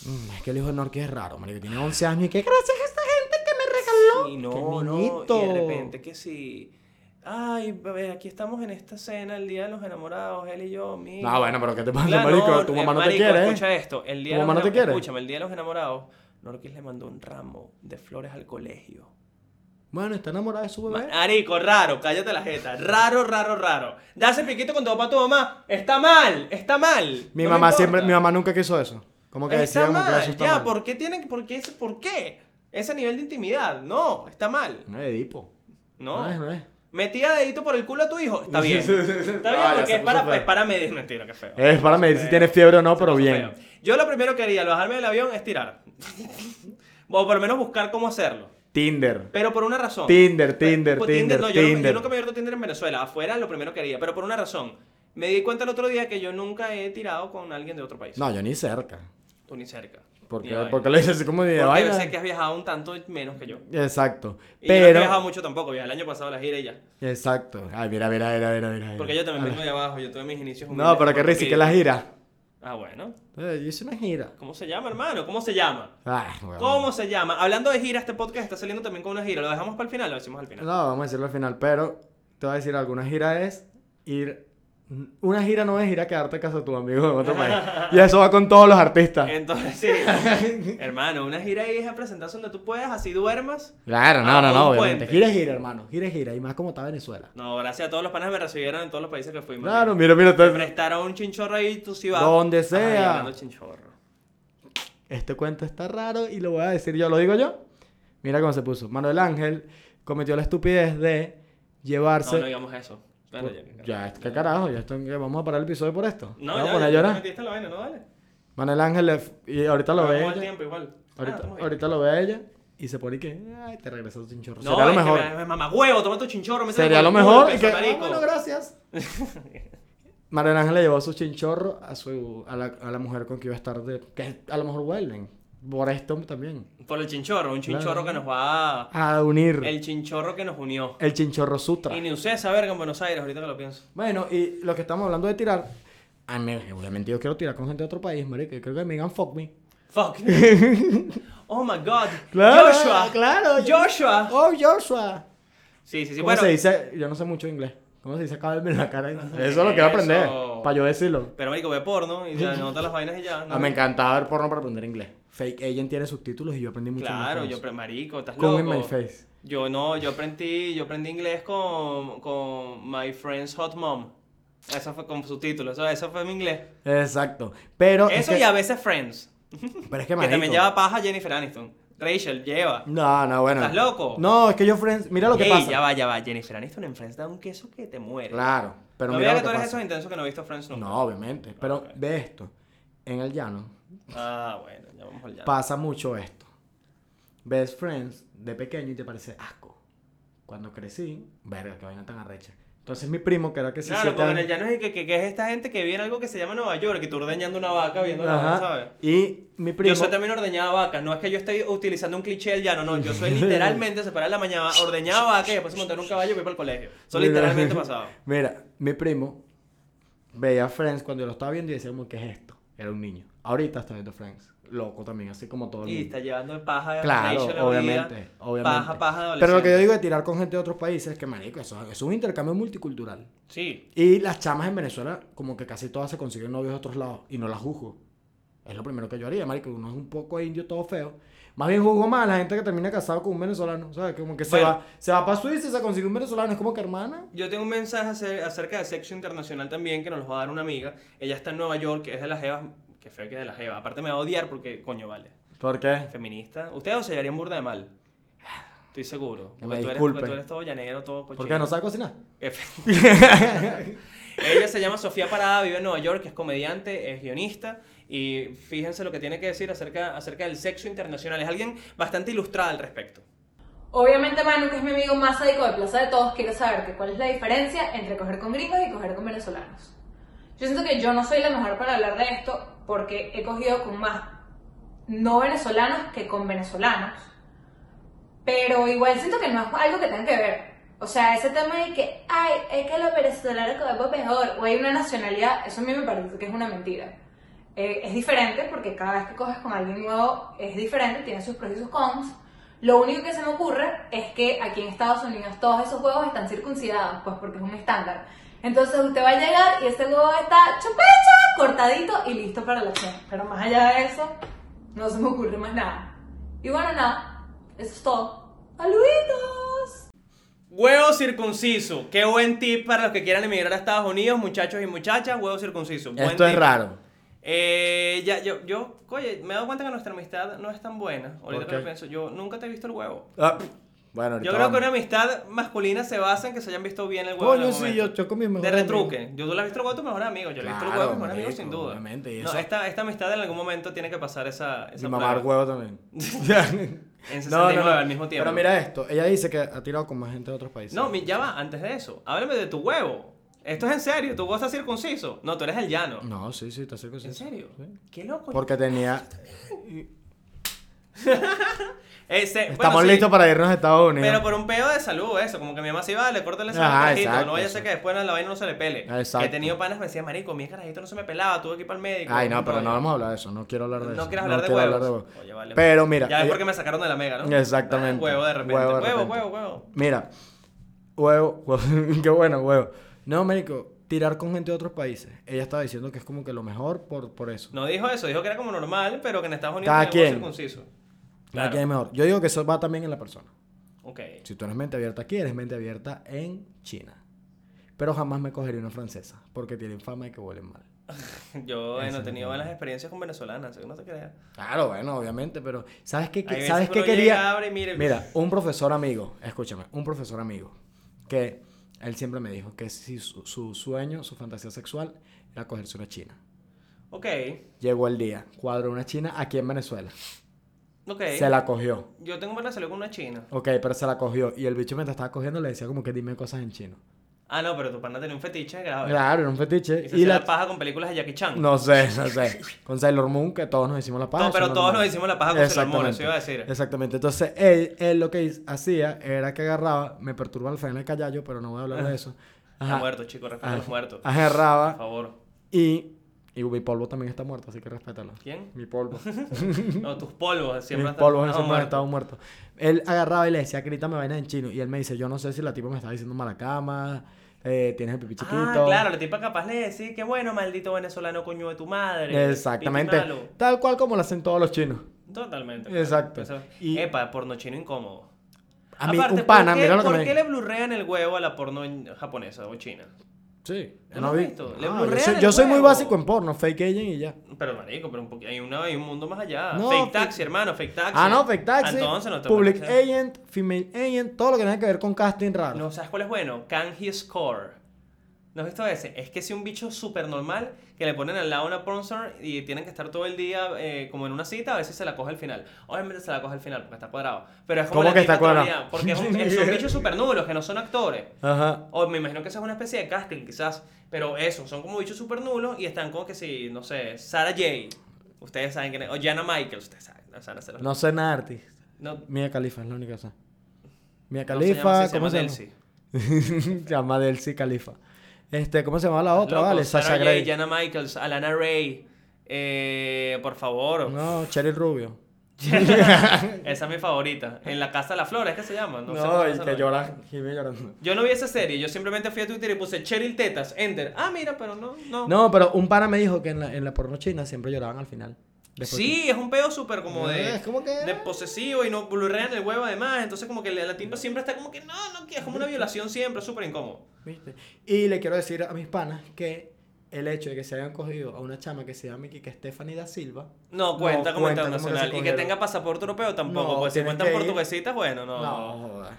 Mm, es que el hijo de Norqui es raro, marico. Tiene 11 años y que gracias a esta gente que me regaló.
Y
¡Qué
no, no. Y
niñito!
de repente que sí. Ay, a ver, aquí estamos en esta cena, el Día de los Enamorados, él y yo, mira.
No, bueno, pero ¿qué te pasa,
Claro,
marico?
no,
tu
eh,
mamá no te
marico,
quiere, ¿eh?
Escucha esto. El día
Tu
de
mamá
los
no te
enamo-
quiere.
Escúchame, el día de los enamorados, Norquis le mandó un ramo de flores al colegio.
Bueno, está enamorada de su bebé.
Marico, raro, cállate la jeta. Raro, raro, raro. Darse piquito con tu papá, tu mamá. Está mal, está mal.
Mi
No me
mamá siempre,
importa.
mi mamá nunca quiso eso. Como que decía
Está
como que
mal,
eso está
ya,
mal.
¿por qué tienen, por qué, ese- por qué? Ese nivel de intimidad, no, está mal,
No es Edipo.
no.
es, no es.
Metía dedito por el culo a tu hijo, está bien.
Sí, sí, sí, sí.
Está
Ah,
bien
ya
porque
se
es
puso
para,
feo.
es para medir, mentira, qué feo.
Es para medir si tienes fiebre o no, pero bien.
Feo. Yo lo primero que haría al bajarme del avión es tirar. o por lo menos buscar cómo hacerlo.
Tinder.
Pero por una razón.
Tinder, Tinder,
Pues,
Tinder,
no, yo no- Yo,
Tinder.
nunca me he abierto Tinder en Venezuela. Afuera lo primero que haría. Pero por una razón. Me di cuenta el otro día que yo nunca he tirado con alguien de otro país.
No, yo ni cerca.
Tú ni cerca.
Porque,
Ni vaina.
porque le dices así como de
Porque
vaina.
yo sé que has viajado un tanto menos que yo.
Exacto.
Y yo no he viajado
Pero.
mucho tampoco. Viajé el año pasado a la gira y ya.
Exacto. Ay, mira, mira, mira, mira, mira.
Porque yo también vengo de abajo. Yo tuve mis inicios humildes
Ah. No, pero qué
como
risa, ¿y
que-
que la gira.
Ah, bueno.
Eh, Yo hice una gira.
¿Cómo se llama, hermano? ¿Cómo se llama?
Ah, bueno.
¿Cómo se llama? Hablando de gira, este podcast está saliendo también con una gira. ¿Lo dejamos para el final? Lo decimos al final.
No, vamos a decirlo al final, pero te voy a decir alguna gira es ir. Una gira no es ir a quedarte a casa de tu amigo en otro país. Y eso va con todos los artistas.
Entonces, sí. hermano, una gira ahí es a presentarse donde tú puedas, así duermas.
Claro,
Ah,
no, no,
un
no, obviamente.
puente.
Gira es gira, hermano. Gira es gira. Y más como está Venezuela.
No, gracias a todos los panas que me recibieron en todos los países que fui. marico.
Claro, mira, mira.
Me
Este,
prestaron un chinchorro ahí, tú sí vas.
Donde
Ay,
sea.
hablando de chinchorro.
este cuento está raro y lo voy a decir yo. ¿Lo digo yo? Mira cómo se puso. Manuel Ángel cometió la estupidez de
No, no
llevarse.
digamos eso. Bueno, ya.
Pues, ya, ¿qué carajo? Ya esto, ¿qué? vamos a parar el episodio por esto.
No,
vamos
ya,
a poner
ya
a
te
llorar.
metiste en la vaina, no vale.
Manuel Ángel, le f- y ahorita lo
Vamos
ve.
al
ella.
tiempo igual. Ah,
Ahorita,
estamos bien.
ahorita lo ve a ella y se pone que, ay, te regresó tu chinchorro.
No,
Sería lo
es que
mejor.
me- me- mamá huevo, toma tu chinchorro. mételo
Sería
por
lo
el culo,
mejor. Y
pedazo
que,
de
"Ah,
marico".
bueno, gracias. María Ángel le llevó su chinchorro a, su, a, la, a la mujer con que iba a estar de... Que a lo mejor vuelven. Por esto también.
Por el chinchorro, un chinchorro
Claro. Ah.
que nos va a...
A unir
El
el,
chinchorro que nos unió.
chinchorro sutra.
Y ni usted esa verga en Buenos Aires, ahorita que lo pienso.
Bueno, y lo que estamos hablando de tirar... A mí, obviamente yo quiero tirar con gente de otro país, marico. Yo creo que me digan fuck me.
Fuck. oh my god.
Claro,
Joshua.
claro.
Joshua.
¡Oh, Joshua!
Sí, sí, sí.
¿Cómo
Bueno,
se dice? Yo no sé mucho inglés. ¿Cómo se dice? Cábelme en la cara. Eso es lo que quiero aprender.
Eso.
Para yo decirlo.
pero marico, ve porno y ya nota las vainas y ya. ¿no?
Ah, me encantaba ver porno para aprender inglés. Fake Agent tiene subtítulos y yo aprendí mucho más
Claro,
con
yo
eso.
aprendí, marico, estás
Con
loco.
In My Face.
Yo no, yo aprendí, yo aprendí inglés con, con My Friend's Hot Mom. Eso fue con subtítulos, eso, eso fue mi inglés.
Exacto. Pero es
Eso
que-
y a veces Friends.
Pero es que,
Que también
marico.
lleva paja Jennifer Aniston. Rachel, lleva.
No, no, bueno.
¿Estás loco?
No, es que yo Friends, mira lo que
Ey,
pasa.
ya va, ya va. Jennifer Aniston en Friends da un queso que te muere.
Claro, pero
no
mira
veas
lo
que tú
que
eres
pasa.
esos intensos que no he visto Friends nunca.
No, obviamente, pero
Ok.
ve esto. En el llano
Ah, bueno, ya vamos al llano.
pasa mucho esto. Ves Friends de pequeño y te parece asco. Cuando crecí, verga, que vaina tan arrecha. Entonces mi primo, que era que se
Claro, porque en el llano es que, que, que es esta gente que viene algo que se llama Nueva York y tú ordeñando una vaca viendo la vaca, ¿sabes?
Y mi primo
Yo soy también ordeñada vaca, no es que yo esté utilizando un cliché del llano, no, yo soy literalmente se para en la mañana, ordeñaba vaca y después se montar un caballo y voy para el colegio. Eso
Mira.
literalmente pasaba.
Mira, mi primo veía Friends cuando yo lo estaba viendo y decía como, ¿qué es esto? Era un niño. Ahorita está viendo Friends. Loco también, así como todo el
Y
mundo.
está llevando de paja de
Claro,
Rachel a la
obviamente,
vida,
obviamente.
Paja, paja de
Pero lo que yo
adolescente.
digo de tirar con gente de otros países es que, marico, eso eso es un intercambio multicultural.
Sí.
Y las chamas en Venezuela, como que casi todas se consiguen novios de otros lados y no las juzgo. Es lo primero que yo haría, marico. Uno es un poco indio, todo feo. Más bien juzgo más a la gente que termina casado con un venezolano, ¿sabes? Como que se
Bueno.
va, se va para Suiza y se consigue un venezolano. Es como que, hermana,
Yo tengo un mensaje acer- acerca de sexo internacional también que nos lo va a dar una amiga. Ella está en Nueva York, es de las Evas. Que feo que es de las Evas. Aparte me va a odiar porque, coño, vale.
¿por qué?
Feminista. Ustedes se llevarían burda de mal. Estoy seguro.
Que me
Porque tú, eres,
disculpen.
porque tú eres todo llanero, todo cochino.
¿Por qué no sabe cocinar?
Efe- Ella se llama Sofía Parada, vive en Nueva York, es comediante, es guionista y fíjense lo que tiene que decir acerca, acerca del sexo internacional. Es alguien bastante ilustrada al respecto.
Obviamente Manu, que es mi amigo más sádico de Plaza de Todos, quiere saber que cuál es la diferencia entre coger con gringos y coger con venezolanos. Yo siento que yo no soy la mejor para hablar de esto porque he cogido con más no venezolanos que con venezolanos. Pero igual siento que no es algo que tenga que ver. O sea, ese tema de que, ay, es que los venezolanos comemos mejor o hay una nacionalidad, eso a mí me parece que es una mentira. Eh, eh, es diferente porque cada vez que coges con alguien nuevo es diferente, tiene sus pros y sus cons. Lo único que se me ocurre es que aquí en Estados Unidos todos esos huevos están circuncidados, pues porque es un estándar. Entonces usted va a llegar y ese huevo está chupecha, cortadito y listo para la acción. Pero más allá de eso, no se me ocurre más nada. Y bueno, nada, eso es todo. ¡Saluditos!
Huevo circunciso. Qué buen tip para los que quieran emigrar a Estados Unidos, muchachos y muchachas. Huevo circunciso. Buen
Esto es
tip.
raro.
Eh, ya, yo, yo, oye, me he dado cuenta que nuestra amistad no es tan buena. Ahorita que
Ok.
lo pienso, yo nunca te he visto el huevo.
Ah, bueno, ahorita
Yo creo que una
vamos.
amistad masculina se basa en que se hayan visto bien el huevo. en
Coño,
el
sí,
momento.
yo, yo con mis
De
mejores amigos.
retruque. Yo tú le has visto el huevo a tu mejor amigo. Yo le he visto el
Claro,
huevo a mi mejor amigo,
marico,
sin duda.
obviamente, y
no,
eso-
esta, esta amistad en algún momento tiene que pasar esa. esa
Y mamar
prueba.
huevo también.
En
en
69 al mismo tiempo.
Pero mira esto, ella dice que ha tirado con más gente de otros países.
No, mi- ya va, antes de eso. Háblame de tu huevo. Esto es en serio, tu huevo está circunciso. No, tú eres el llano.
No, sí, sí, está circunciso.
¿En serio? Qué loco.
Porque tenía...
Ese- Este, bueno,
Estamos
sí,
listos para irnos a Estados Unidos.
Pero por un pedo de salud, eso. Como que mi mamá se iba, le corta el
Ajá,
carajito. No
exacto,
vaya a ser
exacto.
que después la vaina no se le pele.
Exacto.
Que he tenido panas que me decían, marico, mi carajito no se me pelaba, tuve que ir para el médico.
Ay, no,
Un
pero no
rollo.
vamos a hablar de eso. No quiero hablar de eso.
No quieres hablar de
quiero
huevos.
huevos.
Oye, vale, pues.
Pero mira... eh,
Ya es
ella-
porque me sacaron de la mega, ¿no?
Exactamente.
Ah, huevo de repente.
Huevo
Huevo,
de
huevo,
repente.
huevo,
Mira, huevo, huevo, qué bueno, huevo. No, Américo, tirar con gente de otros países. Ella estaba diciendo que es como que lo mejor por, por eso.
No dijo eso, dijo que era como normal, pero que en Estados Unidos
Cada
tenía el
quien.
huevo circunciso.
Cada
Claro.
quien es mejor. Yo digo que eso va también en la persona.
Ok.
Si tú eres mente abierta aquí, eres mente abierta en China. Pero jamás me cogería una francesa, porque tienen fama de que huelen mal.
Yo eh, no he tenido buenas experiencias con venezolanas, no te creas.
Claro, bueno, obviamente, pero ¿sabes qué, qué-
Hay veces
¿sabes
que
qué
uno llega,
quería?
abre y mira el-
Mira, un profesor amigo, escúchame, un profesor amigo, que él siempre me dijo que si su, su sueño, su fantasía sexual era cogerse una china.
Ok,
Llegó el día, cuadró una china aquí en Venezuela.
ok.
Se la cogió.
Yo tengo buena salud con una china.
Ok, pero se la cogió. Y el bicho mientras estaba cogiendo le decía como que dime cosas en chino.
Ah, no, pero tu pana tenía un fetiche grave.
Claro, era un fetiche.
Y se
Y
hacía la...
la...
paja con películas de Jackie Chan.
No sé, no sé. Con Sailor Moon, que todos nos hicimos la paja.
No,
eso
pero
es
todos
normal.
nos hicimos la paja con Sailor Moon, eso iba a
Exactamente,
decir.
Exactamente. Entonces, él, él lo que hiz- hacía era que agarraba, me perturba el final de callayo, pero no voy a hablar de eso.
Ah, Está muerto, chico, respeta a los muertos. Por
Agarraba
favor.
y, y mi polvo también está muerto, así que respétalo.
¿Quién?
Mi polvo.
No, tus polvos siempre
Mis
han
polvos
estado
esos me han
muertos.
estado muertos. Él agarraba y le decía, grítame vainas en chino. Y él me dice, yo no sé si la tipa me está diciendo mala cama, eh, tienes el pipí chiquito.
Ah, claro, la tipa capaz le decía que bueno, maldito venezolano coño de tu madre.
Exactamente.
piti malo.
Tal cual como lo hacen todos los chinos.
Totalmente.
Exacto.
Eso-
Y-
Epa, porno chino incómodo.
A mí,
Aparte,
un pana,
¿por qué,
mira lo que
¿por
me...
qué le blurrean el huevo a la porno en- japonesa o china?
Sí.
¿No lo has visto? Le
Ah, yo
blurrean
soy,
el
yo soy muy
huevo.
básico en porno, fake agent y ya.
Pero marico, pero un poqu- hay, una, hay un mundo más allá.
No,
fake
fi-
taxi, hermano, fake taxi.
Ah, no, fake taxi,
Entonces no te
public
puedes hacer-
agent, female agent, todo lo que tenga que ver con casting raro.
No, ¿sabes cuál es bueno? Can he score? ¿No has visto ese? Es que si un bicho súper normal que le ponen al lado una pornstar y tienen que estar todo el día eh, como en una cita, a veces se la coge al final. Obviamente se la coge al final porque está cuadrado. Pero es como
¿Cómo
la
que está
tipa
cuadrado?
todavía, Porque es un- son bichos súper nulos que no son actores.
Ajá.
O me imagino que esa es una especie de casting, quizás. Pero eso, son como bichos super nulos y están como que si, no sé, Sarah J. Ustedes saben quién es. O Jana Michaels, ustedes saben. No, Sarah, Sarah-
No sé nada de artista.
no,
Mia Khalifa es la única que sé.
no
Mia
se llama
Khalifa,
así, se
¿cómo
llama
se llama?
Delcy.
se llama Delcy Khalifa. Este, ¿cómo se llama la otra?
Loco,
vale,
Sarah
Sasha
J,
Grey.
Jana Michaels, Alana Ray. Eh, por favor.
No, Cheryl Rubio.
Esa es mi favorita. En la Casa de las Flores, ¿qué se llama?
No,
sé cómo se
y
llama
que
esa
llora, Jimmy llorando.
Yo no vi esa serie, yo simplemente fui a Twitter y puse Cheryl Tetas, enter. Ah, mira, pero no, no.
No, pero un pana me dijo que en la, en la porno china siempre lloraban al final. Después
Sí, es un pedo súper como de,
Es como que-
de posesivo y no blurrean el huevo además. Entonces, como que la, la tipa siempre está como que no, no, que es como una violación siempre, es súper incómodo.
¿Viste? Y le quiero decir a mis panas que el hecho de que se hayan cogido a una chama que se llama que es Stephanie da Silva.
No cuenta como
cuenta como que se
internacional. y que
cogieron.
tenga pasaporte europeo tampoco,
No,
pues si
tienen
cuentan
que ir.
portuguesitas, bueno, no.
No,
No,
joda.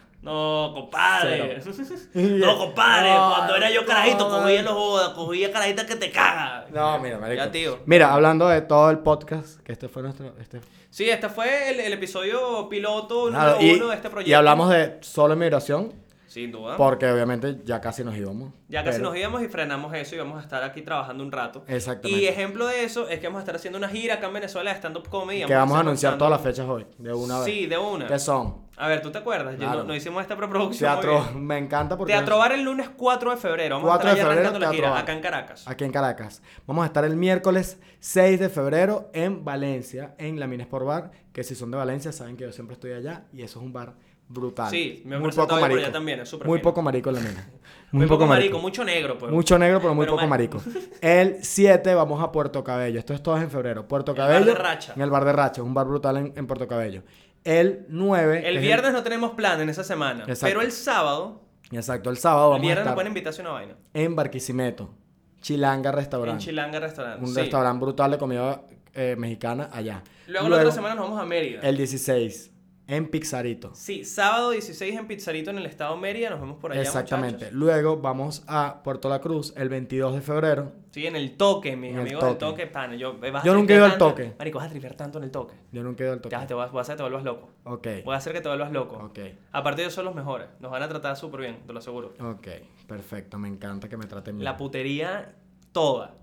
compadre. no, compadre,
No,
cuando era yo carajito,
no.
cogía los bodas, cogía carajitas que te cagas.
No, mira, marico.
Ya, tío.
Mira, hablando de todo el podcast, que este fue nuestro. Este,
Sí, este fue el, el episodio piloto número
Nada, y,
uno de este proyecto.
y hablamos de solo migración,
Sin duda.
porque obviamente ya casi nos íbamos.
Ya casi
pero-
nos íbamos y frenamos eso y vamos a estar aquí trabajando un rato.
Exactamente.
Y ejemplo de eso es que vamos a estar haciendo una gira acá en Venezuela de stand-up comedy.
Que vamos a
estar
anunciar
montando-
todas las fechas hoy, de una vez.
Sí, de una.
Que son
A ver, ¿tú te acuerdas? Yo no-
Claro.
no, hicimos esta preproducción. muy
Teatro,
bien.
me encanta porque...
Teatro Bar el lunes 4 de febrero. Vamos
4
a
de
estar ya
febrero,
arrancando la
Teatro
gira
Bar.
acá en Caracas.
Aquí en Caracas. Vamos a estar el miércoles 6 de febrero en Valencia, en la Minas por Bar, que si son de Valencia saben que yo siempre estoy allá y eso es un bar brutal.
Sí, me he presentado ahí por allá también, es súper
Muy
fino.
poco marico en la mina.
Muy, poco, marico, mucho negro. Pues.
Mucho negro, pero muy
Pero
poco
mal.
marico. El 7 vamos a Puerto Cabello. Esto es todo en febrero. Puerto
El bar de
Cabello.
Racha.
En el bar de Racha. Un bar brutal en, en Puerto Cabello. El 9. es
El viernes no tenemos plan en esa semana.
Exacto.
Pero el sábado,
Exacto, el sábado
el
vamos a
viernes nos
estar
ponen invitación a vaina.
en Barquisimeto. Chilanga Restaurante.
En Chilanga Restaurante.
Un
sí.
restaurante brutal de comida eh, mexicana allá.
Luego, la otra semana nos vamos a Mérida.
El 16, en Pixarito.
Sí, sábado 16 en Pizzarito en el estado Mérida. Nos vemos por allá.
Exactamente.
muchachos.
Luego vamos a Puerto La Cruz el 22 de febrero.
Sí, en el toque, mis
En el
amigos del
toque.
toque, pana. Yo, eh, vas a
Yo nunca he
tripear
ido al
tanto-
toque.
Marico, vas a tripear tanto en el toque.
Yo nunca he ido al
Ya,
toque.
te vas, vas a hacer que te vuelvas loco.
Ok.
Voy a hacer que te vuelvas loco.
Ok.
Aparte, ellos son los mejores. Nos van a tratar súper bien, te lo aseguro.
Ok. Perfecto. Me encanta que me traten bien.
La putería toda.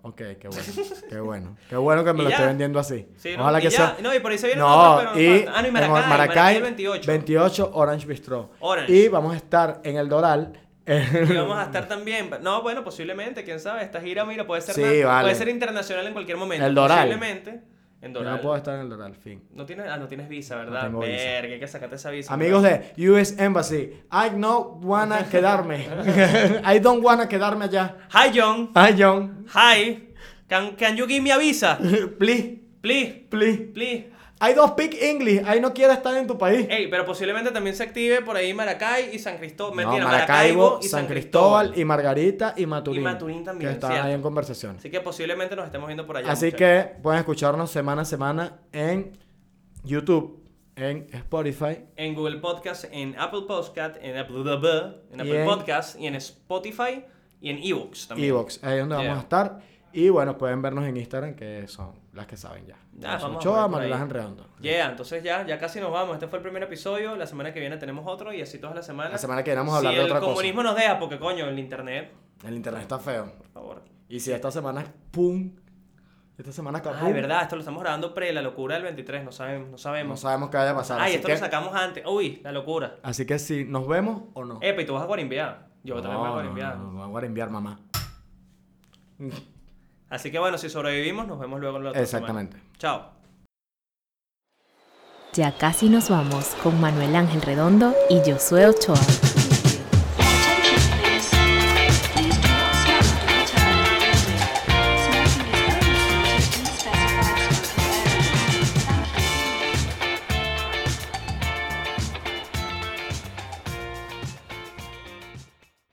Ok, qué bueno. Qué bueno. Qué bueno que me
Y
lo
ya.
esté vendiendo así.
Sí, no,
Ojalá
y
que
ya.
sea.
No, y por ahí se viene
No,
otra, pero
y
falta- Ah, no, y
en
Maracay.
Maracay,
Maracay el 28.
28, Orange Bistro.
Orange.
Y vamos a estar en el Doral.
Y vamos a estar también. No, bueno, posiblemente, quién sabe. Esta gira, mira, puede ser,
Sí,
na-
vale.
puede ser internacional en cualquier momento.
El Doral.
Posiblemente. En
Yo
Doral.
no puedo estar en el Doral, fin.
No tienes, ah, no tienes visa, ¿verdad?
tengo visa.
Verga, hay que sacarte esa visa.
Amigos
¿verdad?
de US Embassy, I no wanna quedarme. I don't wanna quedarme allá.
Hi, John.
Hi, John.
Hi. Can, can you give me a visa?
Please,
Please.
please.
Please.
I don't speak English. I no quiero estar en tu país.
Ey, pero posiblemente también se active por ahí Maracay y San Cristóbal.
No,
oh, Mentira,
Maracaibo, San Cristóbal y Margarita y Maturín.
Y Maturín también,
Que están
cierto.
ahí en conversación.
Así que posiblemente nos estemos viendo por allá.
Así
muchachos.
que pueden escucharnos semana a semana en YouTube, en Spotify
En Google Podcast, en Apple Podcast, en Apple, en Apple
en-
Podcast y en Spotify y en Evox también.
Evox, ahí es donde
Yeah.
vamos a estar. Y bueno, pueden vernos en Instagram, que son las que saben ya.
Ah,
Nelson
vamos a ver
Ochoa,
por ahí.
Manuel Ángel Redondo.
Yeah, entonces ya, ya casi nos vamos. Este fue el primer episodio. La semana que viene tenemos otro y así todas las semanas.
La semana que viene vamos a hablar
si
de otra
el
cosa.
comunismo nos deja, porque coño, el internet,
El internet está feo.
por favor.
Y si esta semana, pum. Esta semana
Ah,
capaz.
de verdad, esto lo estamos grabando pre la locura del 23, no sabemos, no
No
sabemos.
sabemos qué vaya a pasar.
Ay,
así,
esto
que,
lo sacamos antes. Uy, la locura.
así que si nos vemos o no.
Epa, y tú vas a Guarimbiá. Yo
no,
también voy a
no,
Guarimbiá.
no, no, voy a enviar mamá.
Así que bueno, si sobrevivimos, nos vemos luego en la otra
Exactamente.
semana. Chao.
Ya casi nos vamos con Manuel Ángel Redondo y Josué Ochoa.